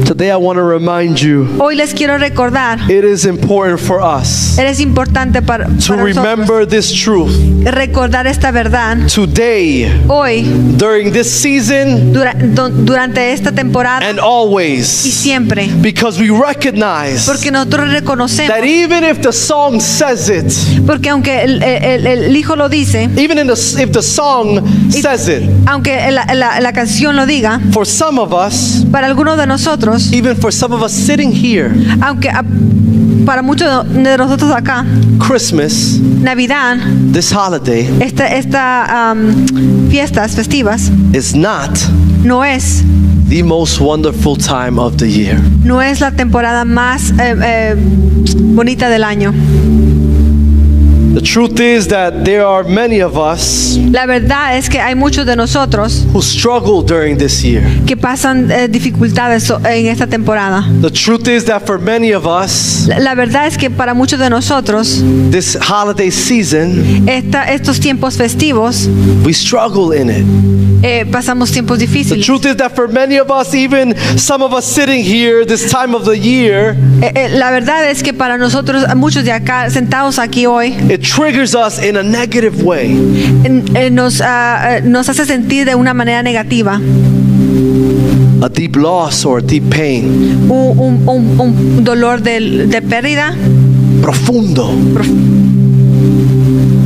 [SPEAKER 2] Today I want to remind you
[SPEAKER 3] Hoy les quiero recordar,
[SPEAKER 2] it is important for us
[SPEAKER 3] eres importante para,
[SPEAKER 2] to
[SPEAKER 3] para nosotros
[SPEAKER 2] remember this truth.
[SPEAKER 3] recordar esta verdad.
[SPEAKER 2] Today,
[SPEAKER 3] Hoy,
[SPEAKER 2] during this season,
[SPEAKER 3] dura- do- durante esta temporada
[SPEAKER 2] and
[SPEAKER 3] y
[SPEAKER 2] always.
[SPEAKER 3] siempre,
[SPEAKER 2] Because we recognize
[SPEAKER 3] porque nosotros reconocemos,
[SPEAKER 2] that even if the song says it,
[SPEAKER 3] porque aunque el, el- el- el hijo lo dice,
[SPEAKER 2] even in the, if the song says it,
[SPEAKER 3] aunque la, la- la canción lo diga,
[SPEAKER 2] for some of us,
[SPEAKER 3] para algunos de nosotros,
[SPEAKER 2] even for some of us sitting here,
[SPEAKER 3] aunque a- para muchos de nosotros acá,
[SPEAKER 2] Christmas,
[SPEAKER 3] Navidad,
[SPEAKER 2] this holiday,
[SPEAKER 3] esta, esta am, fiestas festivas,
[SPEAKER 2] is not
[SPEAKER 3] no es,
[SPEAKER 2] the most wonderful time of the year.
[SPEAKER 3] no es la temporada más eh, eh, bonita del año.
[SPEAKER 2] The truth is that there are many of us
[SPEAKER 3] La verdad es que hay muchos de nosotros
[SPEAKER 2] who struggle during this year.
[SPEAKER 3] que pasan eh, dificultades so- en esta temporada.
[SPEAKER 2] The truth is that for many of us,
[SPEAKER 3] La, la verdad es que para muchos de nosotros
[SPEAKER 2] this holiday season,
[SPEAKER 3] esta- estos tiempos festivos
[SPEAKER 2] we struggle in it.
[SPEAKER 3] eh, pasamos tiempos
[SPEAKER 2] The
[SPEAKER 3] difíciles.
[SPEAKER 2] truth is that for many of us, even some of us sitting here this time of the year,
[SPEAKER 3] Eh, eh, la verdad es que para nosotros, muchos de acá sentados aquí hoy,
[SPEAKER 2] it triggers us in a negative way.
[SPEAKER 3] en- eh, nos, ah, eh, nos hace sentir de una manera negativa,
[SPEAKER 2] A deep loss or a deep pain.
[SPEAKER 3] un, un- un- un dolor de, de pérdida,
[SPEAKER 2] Profundo.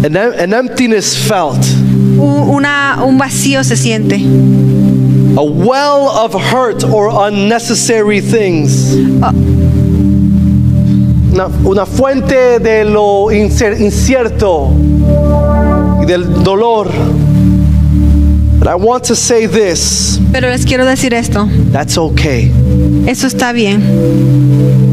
[SPEAKER 2] An, em- an emptiness felt.
[SPEAKER 3] un, una- un vacío se siente,
[SPEAKER 2] A well of hurt or unnecessary things. Ah. Una, una fuente de lo incer- incierto y del dolor. But I want to say this
[SPEAKER 3] pero les quiero decir esto,
[SPEAKER 2] that's okay.
[SPEAKER 3] eso está bien,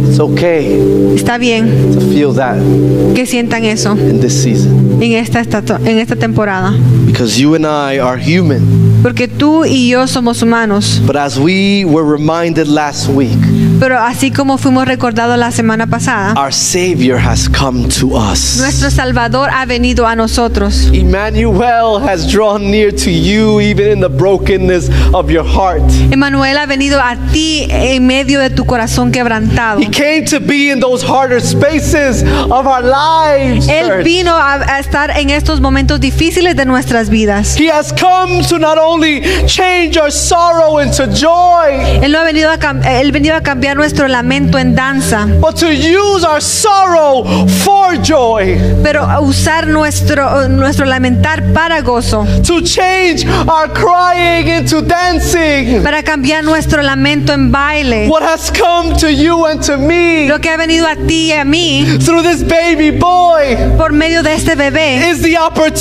[SPEAKER 2] It's okay
[SPEAKER 3] está bien
[SPEAKER 2] to feel that in
[SPEAKER 3] que sientan eso
[SPEAKER 2] this season.
[SPEAKER 3] en esta, estatua- en esta temporada.
[SPEAKER 2] Because you and I are human.
[SPEAKER 3] porque tú y yo somos humanos.
[SPEAKER 2] But as we were reminded last week,
[SPEAKER 3] Pero así como fuimos recordados la semana pasada,
[SPEAKER 2] our Savior has come to us.
[SPEAKER 3] nuestro Salvador ha venido a nosotros.
[SPEAKER 2] Emmanuel has drawn near to you, even in the brokenness of your heart.
[SPEAKER 3] Emanuel ha venido a ti en medio de tu corazón quebrantado.
[SPEAKER 2] He came to be in those harder spaces of our lives.
[SPEAKER 3] Él
[SPEAKER 2] church.
[SPEAKER 3] vino a, a estar en estos momentos difíciles de nuestras vidas.
[SPEAKER 2] He has come to not only change our sorrow into joy,
[SPEAKER 3] Él no ha venido a, cam- él venido a cambiar nuestro lamento en danza,
[SPEAKER 2] but to use our sorrow for joy,
[SPEAKER 3] pero a usar nuestro, nuestro lamentar para gozo,
[SPEAKER 2] to change our crying into dancing.
[SPEAKER 3] para cambiar nuestro lamento en baile.
[SPEAKER 2] What has come to you and to me
[SPEAKER 3] Lo que ha venido a ti y a mí
[SPEAKER 2] through this baby boy
[SPEAKER 3] por medio de este bebé
[SPEAKER 2] is the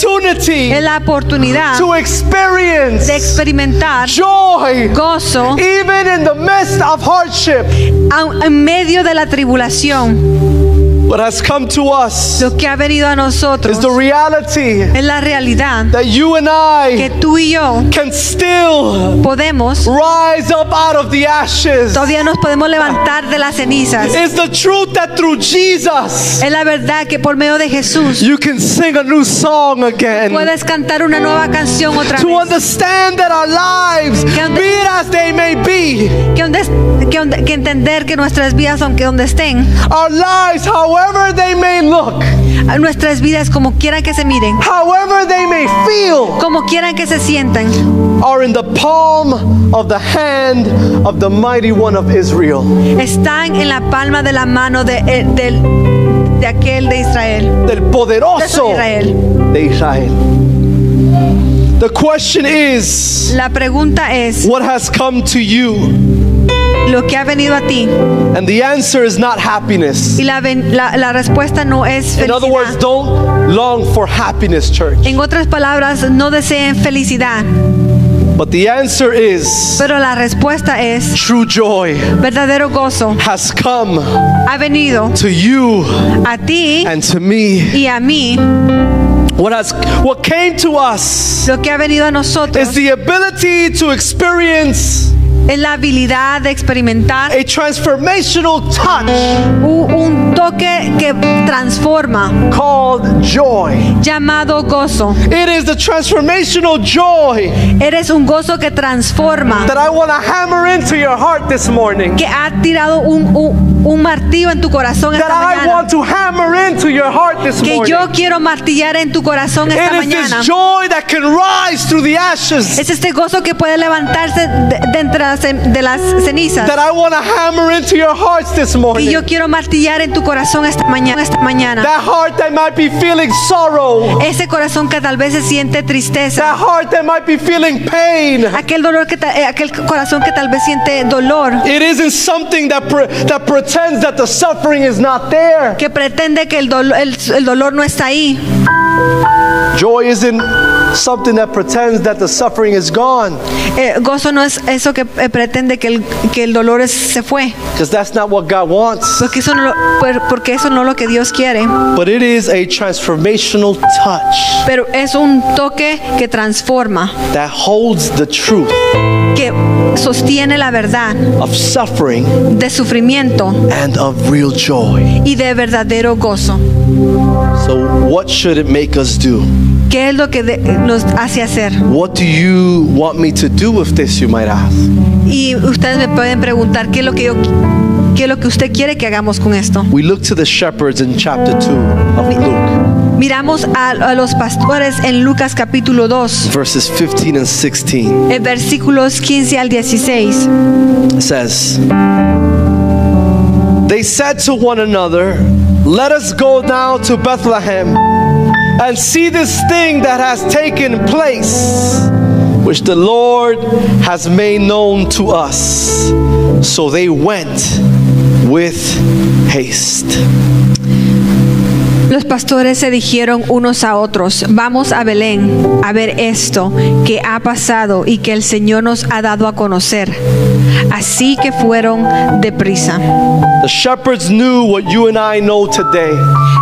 [SPEAKER 2] opportunity
[SPEAKER 3] es la oportunidad
[SPEAKER 2] to experience
[SPEAKER 3] de experimentar
[SPEAKER 2] joy
[SPEAKER 3] gozo
[SPEAKER 2] even in the midst of hardship.
[SPEAKER 3] aun en medio de la tribulación.
[SPEAKER 2] What has come to us
[SPEAKER 3] Lo que ha venido a nosotros
[SPEAKER 2] is the reality
[SPEAKER 3] es la realidad
[SPEAKER 2] that you and
[SPEAKER 3] que
[SPEAKER 2] I
[SPEAKER 3] tú y yo
[SPEAKER 2] can still
[SPEAKER 3] podemos,
[SPEAKER 2] rise up out of the ashes.
[SPEAKER 3] todavía nos podemos levantar de las cenizas.
[SPEAKER 2] It's the truth that through Jesus
[SPEAKER 3] Es la verdad que por medio de Jesús
[SPEAKER 2] you can sing a new song again.
[SPEAKER 3] puedes cantar una nueva canción otra
[SPEAKER 2] To
[SPEAKER 3] vez.
[SPEAKER 2] understand that our lives, be
[SPEAKER 3] Que-
[SPEAKER 2] it as they may be,
[SPEAKER 3] Que, donde es- que donde- que entender que nuestras vidas, aunque donde estén,
[SPEAKER 2] our lives, however they may look,
[SPEAKER 3] a nuestras vidas, como quieran que se miren,
[SPEAKER 2] however they may feel,
[SPEAKER 3] como quieran que se sientan,
[SPEAKER 2] are in the palm of the hand of the mighty one of Israel.
[SPEAKER 3] están en la palma de la mano de, eh, del- de aquel de Israel.
[SPEAKER 2] Del poderoso
[SPEAKER 3] Israel.
[SPEAKER 2] de Israel. The question is,
[SPEAKER 3] La pregunta es,
[SPEAKER 2] what has come to you?
[SPEAKER 3] lo que ha venido a ti,
[SPEAKER 2] And the answer is not happiness.
[SPEAKER 3] y la, ven- la- la respuesta no es
[SPEAKER 2] In other words,
[SPEAKER 3] felicidad.
[SPEAKER 2] don't long for happiness, church.
[SPEAKER 3] En otras palabras, no deseen felicidad,
[SPEAKER 2] But the answer is
[SPEAKER 3] pero la respuesta es
[SPEAKER 2] true joy
[SPEAKER 3] verdadero gozo.
[SPEAKER 2] has come
[SPEAKER 3] ha venido
[SPEAKER 2] to you
[SPEAKER 3] a ti
[SPEAKER 2] and to me.
[SPEAKER 3] y a mí.
[SPEAKER 2] What has what came to us
[SPEAKER 3] Lo que ha venido a
[SPEAKER 2] is
[SPEAKER 3] nosotros
[SPEAKER 2] the ability to experience
[SPEAKER 3] es la habilidad de experimentar
[SPEAKER 2] a transformational touch
[SPEAKER 3] u- un toque que transforma,
[SPEAKER 2] called joy.
[SPEAKER 3] llamado gozo.
[SPEAKER 2] It is the transformational joy
[SPEAKER 3] Eres un gozo que transforma,
[SPEAKER 2] that I want to hammer into your heart this morning.
[SPEAKER 3] que ha tirado un, un- un martillo en tu corazón
[SPEAKER 2] That
[SPEAKER 3] esta
[SPEAKER 2] I
[SPEAKER 3] mañana.
[SPEAKER 2] want to hammer into your heart this
[SPEAKER 3] Que
[SPEAKER 2] morning.
[SPEAKER 3] yo quiero martillar en tu corazón esta
[SPEAKER 2] It is
[SPEAKER 3] mañana.
[SPEAKER 2] this joy that can rise through the ashes
[SPEAKER 3] Es este gozo que puede levantarse de, de entre las, cen- de las cenizas.
[SPEAKER 2] that I want to hammer into your hearts this
[SPEAKER 3] Y
[SPEAKER 2] morning.
[SPEAKER 3] yo quiero martillar en tu corazón esta mañana. Esta mañana.
[SPEAKER 2] That heart that might be feeling sorrow,
[SPEAKER 3] Ese corazón que tal vez se siente tristeza,
[SPEAKER 2] that heart that might be feeling pain.
[SPEAKER 3] aquel dolor que ta- eh, aquel corazón que tal vez siente dolor,
[SPEAKER 2] It isn't something that pre- that pretends that the suffering is not there.
[SPEAKER 3] que pretende que el, dolo- el- el dolor no está ahí.
[SPEAKER 2] Joy isn't something that pretends that the suffering is gone,
[SPEAKER 3] Eh, gozo no es eso que eh, pretende que el, que el dolor es- se fue,
[SPEAKER 2] because that's not what God wants.
[SPEAKER 3] porque eso no lo, por- porque eso no es lo que Dios quiere,
[SPEAKER 2] But it is a transformational touch
[SPEAKER 3] pero es un toque que transforma,
[SPEAKER 2] that holds the truth
[SPEAKER 3] que sostiene la verdad
[SPEAKER 2] of suffering
[SPEAKER 3] de sufrimiento
[SPEAKER 2] and of real joy.
[SPEAKER 3] y de verdadero gozo.
[SPEAKER 2] So, what should it make us do?
[SPEAKER 3] ¿Qué es lo que de- nos hace hacer?
[SPEAKER 2] What do you want me to do with this, you might ask?
[SPEAKER 3] Y ustedes me pueden preguntar qué es lo que yo qué es lo que usted quiere que hagamos con esto.
[SPEAKER 2] We look to the shepherds in chapter 2 of Luke,
[SPEAKER 3] Miramos a, a los pastores en Lucas capítulo 2,
[SPEAKER 2] verses 15 and 16.
[SPEAKER 3] en versículos 15 al 16.
[SPEAKER 2] It says, They said to one another, Let us go now to Bethlehem and see this thing that has taken place, which the Lord has made known to us. So they went with haste.
[SPEAKER 3] Los pastores se dijeron unos a otros, vamos a Belén a ver esto que ha pasado y que el Señor nos ha dado a conocer. Así que fueron deprisa.
[SPEAKER 2] The shepherds knew what you and I know today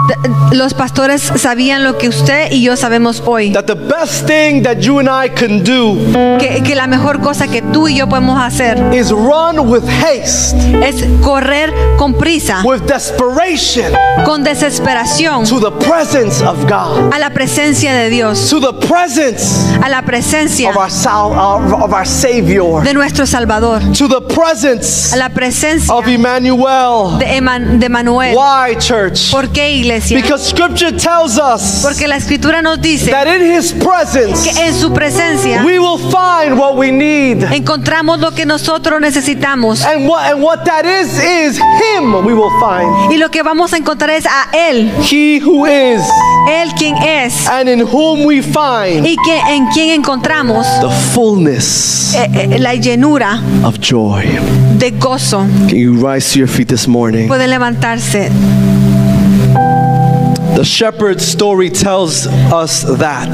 [SPEAKER 3] D- Los pastores sabían lo que usted y yo sabemos hoy,
[SPEAKER 2] that the best thing that you and I can do
[SPEAKER 3] que, que la mejor cosa que tú y yo podemos hacer
[SPEAKER 2] is run with haste,
[SPEAKER 3] es correr con prisa,
[SPEAKER 2] with desperation
[SPEAKER 3] con desesperación,
[SPEAKER 2] to the presence of God,
[SPEAKER 3] a la presencia de Dios,
[SPEAKER 2] to the presence
[SPEAKER 3] a la presencia
[SPEAKER 2] of our, sal- our- of our Savior,
[SPEAKER 3] de nuestro Salvador,
[SPEAKER 2] to the presence
[SPEAKER 3] a la presencia
[SPEAKER 2] of Emmanuel.
[SPEAKER 3] de, Eman- de Manuel.
[SPEAKER 2] Why, church?
[SPEAKER 3] ¿Por qué iglesia?
[SPEAKER 2] Because scripture tells us
[SPEAKER 3] Porque la escritura nos dice
[SPEAKER 2] that in his presence
[SPEAKER 3] que en su presencia
[SPEAKER 2] we will find what we need.
[SPEAKER 3] encontramos lo que nosotros necesitamos
[SPEAKER 2] And what and what that is is him we will find.
[SPEAKER 3] y lo que vamos a encontrar es a Él,
[SPEAKER 2] He who is
[SPEAKER 3] Él quien es
[SPEAKER 2] and in whom we find
[SPEAKER 3] y que en quien encontramos
[SPEAKER 2] the fullness
[SPEAKER 3] eh, eh, la llenura
[SPEAKER 2] of joy.
[SPEAKER 3] de gozo.
[SPEAKER 2] Can you rise to your feet this morning?
[SPEAKER 3] Pueden levantarse.
[SPEAKER 2] The shepherd's story tells us that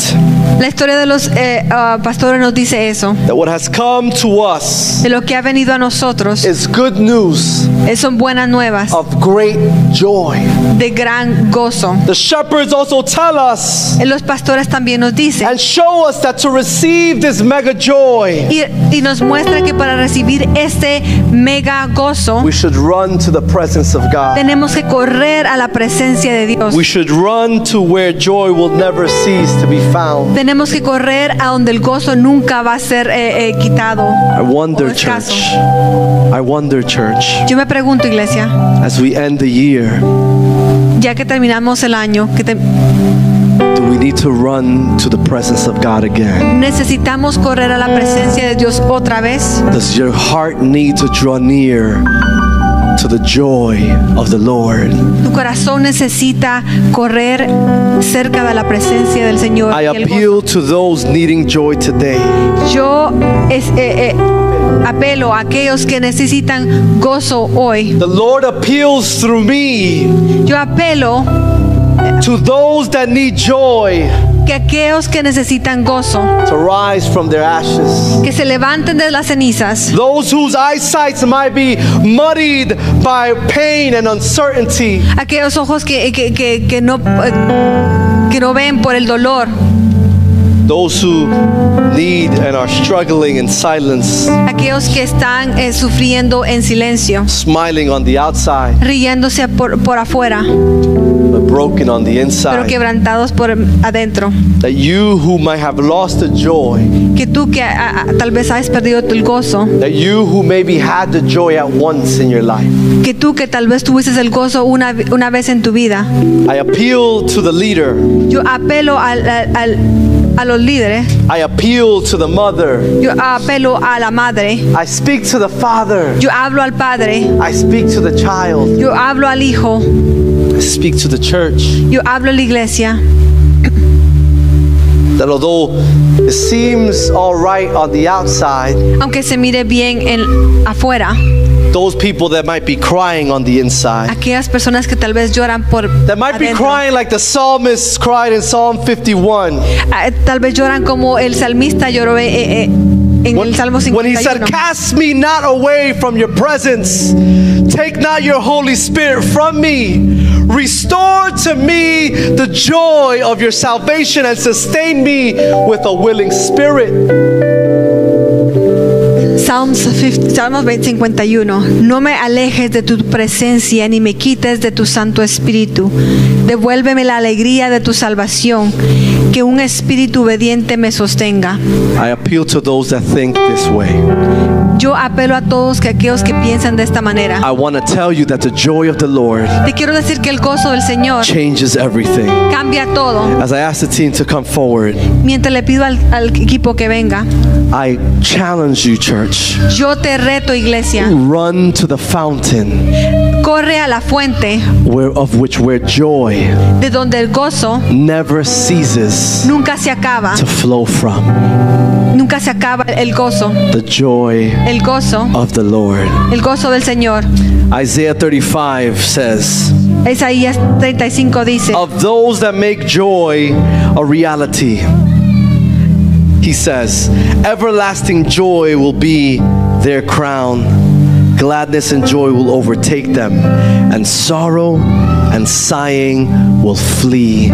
[SPEAKER 3] La historia de los eh, ah, pastores nos dice eso,
[SPEAKER 2] that what has come to us
[SPEAKER 3] de lo que ha venido a nosotros
[SPEAKER 2] is good news
[SPEAKER 3] eh, son buenas nuevas
[SPEAKER 2] of great joy.
[SPEAKER 3] de gran gozo.
[SPEAKER 2] The shepherds also tell us
[SPEAKER 3] Eh, Los pastores también nos dicen
[SPEAKER 2] and show us that to receive this mega joy,
[SPEAKER 3] y, y nos muestra que para recibir este mega gozo
[SPEAKER 2] we should run to the presence of God.
[SPEAKER 3] tenemos que correr a la presencia de Dios.
[SPEAKER 2] We should run to where joy will never cease to be found.
[SPEAKER 3] Tenemos que correr a donde el gozo nunca va a ser eh, eh, quitado.
[SPEAKER 2] I wonder,
[SPEAKER 3] Or escaso.
[SPEAKER 2] church. I wonder, church,
[SPEAKER 3] Yo me pregunto, iglesia,
[SPEAKER 2] as we end the year,
[SPEAKER 3] ya que terminamos el año, que te-
[SPEAKER 2] do we need to run to the presence of God again?
[SPEAKER 3] necesitamos correr a la presencia de Dios otra vez.
[SPEAKER 2] Does your heart need to draw near to the joy of the Lord?
[SPEAKER 3] Tu corazón necesita correr cerca de la presencia del Señor.
[SPEAKER 2] I
[SPEAKER 3] y el
[SPEAKER 2] appeal to those needing joy today.
[SPEAKER 3] gozo. Yo es- eh, eh, apelo a aquellos que necesitan gozo hoy.
[SPEAKER 2] The Lord appeals through me
[SPEAKER 3] Yo apelo
[SPEAKER 2] to those that need joy
[SPEAKER 3] que aquellos que necesitan gozo,
[SPEAKER 2] to rise from their ashes.
[SPEAKER 3] que se levanten de las cenizas.
[SPEAKER 2] Those whose eyesights might be muddied by pain and uncertainty,
[SPEAKER 3] aquellos ojos que, que, que, que no, eh, que no ven por el dolor,
[SPEAKER 2] those who need and are struggling in silence,
[SPEAKER 3] aquellos que están eh, sufriendo en silencio,
[SPEAKER 2] smiling on the outside
[SPEAKER 3] riéndose por, por afuera,
[SPEAKER 2] but broken on the
[SPEAKER 3] pero
[SPEAKER 2] inside.
[SPEAKER 3] quebrantados por adentro.
[SPEAKER 2] That you who might have lost the joy,
[SPEAKER 3] Que tú que ah, ah, tal vez has perdido tu gozo,
[SPEAKER 2] that you who maybe had the joy at once in your life.
[SPEAKER 3] que tú que tal vez tuviste el gozo una, vi- una vez en tu vida.
[SPEAKER 2] I appeal to the leader.
[SPEAKER 3] Yo apelo al- al- al- a los líderes,
[SPEAKER 2] I appeal to the mother.
[SPEAKER 3] yo apelo a la madre,
[SPEAKER 2] I speak to the father.
[SPEAKER 3] yo hablo al padre,
[SPEAKER 2] I speak to the child.
[SPEAKER 3] yo hablo al hijo,
[SPEAKER 2] I speak to the church.
[SPEAKER 3] yo hablo a la iglesia.
[SPEAKER 2] That although it seems all right on the outside,
[SPEAKER 3] aunque se mire bien en afuera,
[SPEAKER 2] those people that might be crying on the inside,
[SPEAKER 3] aquellas personas que tal vez lloran por
[SPEAKER 2] that might be
[SPEAKER 3] adentro,
[SPEAKER 2] crying like the psalmist cried in Psalm 51
[SPEAKER 3] ah, tal vez lloran como el salmista lloró eh, eh, eh, en
[SPEAKER 2] when,
[SPEAKER 3] el Salmo
[SPEAKER 2] when he said,
[SPEAKER 3] 51.
[SPEAKER 2] Cast me not away from your presence, take not your Holy Spirit from me. Restore to me the joy of your salvation and sustain me with a willing spirit.
[SPEAKER 3] Psalms 50 Salmo 51. No me alejes de tu presencia ni me quites de tu Santo Espíritu. Devuélveme la alegría de tu salvación, que un espíritu obediente me sostenga.
[SPEAKER 2] I appeal to those that think this way.
[SPEAKER 3] Yo apelo a todos que aquellos que piensan de esta manera.
[SPEAKER 2] I want to tell you that the joy of the Lord
[SPEAKER 3] Te quiero decir que el gozo del Señor
[SPEAKER 2] changes everything.
[SPEAKER 3] cambia todo.
[SPEAKER 2] As I ask the team to come forward,
[SPEAKER 3] Mientras le pido al, al equipo que venga,
[SPEAKER 2] I challenge you, church.
[SPEAKER 3] yo te reto, iglesia,
[SPEAKER 2] Run to the fountain
[SPEAKER 3] corre a la fuente
[SPEAKER 2] where, of which where joy
[SPEAKER 3] de donde el gozo
[SPEAKER 2] never ceases
[SPEAKER 3] nunca se acaba,
[SPEAKER 2] to flow from.
[SPEAKER 3] nunca se acaba el gozo,
[SPEAKER 2] The joy
[SPEAKER 3] el gozo,
[SPEAKER 2] of the Lord.
[SPEAKER 3] el gozo del Señor.
[SPEAKER 2] Isaiah 35 says,
[SPEAKER 3] Isaías 35 dice,
[SPEAKER 2] of those that make joy a reality. He says, Everlasting joy will be their crown. Gladness and joy will overtake them, and sorrow and sighing will flee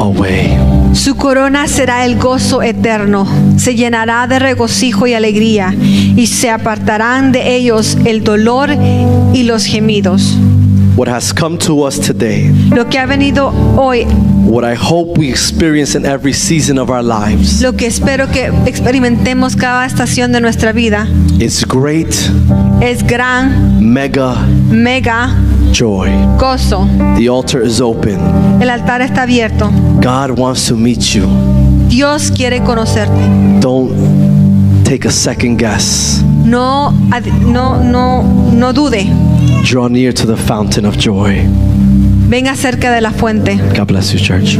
[SPEAKER 2] away.
[SPEAKER 3] Su corona será el gozo eterno, se llenará de regocijo y alegría, y se apartarán de ellos el dolor y los gemidos.
[SPEAKER 2] What has come to us today,
[SPEAKER 3] Lo que ha venido hoy,
[SPEAKER 2] what I hope we experience in every season of our lives,
[SPEAKER 3] lo que espero que experimentemos cada estación de nuestra vida,
[SPEAKER 2] is great,
[SPEAKER 3] es gran,
[SPEAKER 2] mega
[SPEAKER 3] mega
[SPEAKER 2] joy.
[SPEAKER 3] gozo.
[SPEAKER 2] The altar is open.
[SPEAKER 3] El altar está abierto.
[SPEAKER 2] God wants to meet you.
[SPEAKER 3] Dios quiere conocerte.
[SPEAKER 2] Don't take a second guess.
[SPEAKER 3] No, ad- no, no, no dude.
[SPEAKER 2] Draw near to the fountain of joy.
[SPEAKER 3] Venga cerca de la fuente.
[SPEAKER 2] God bless you, church.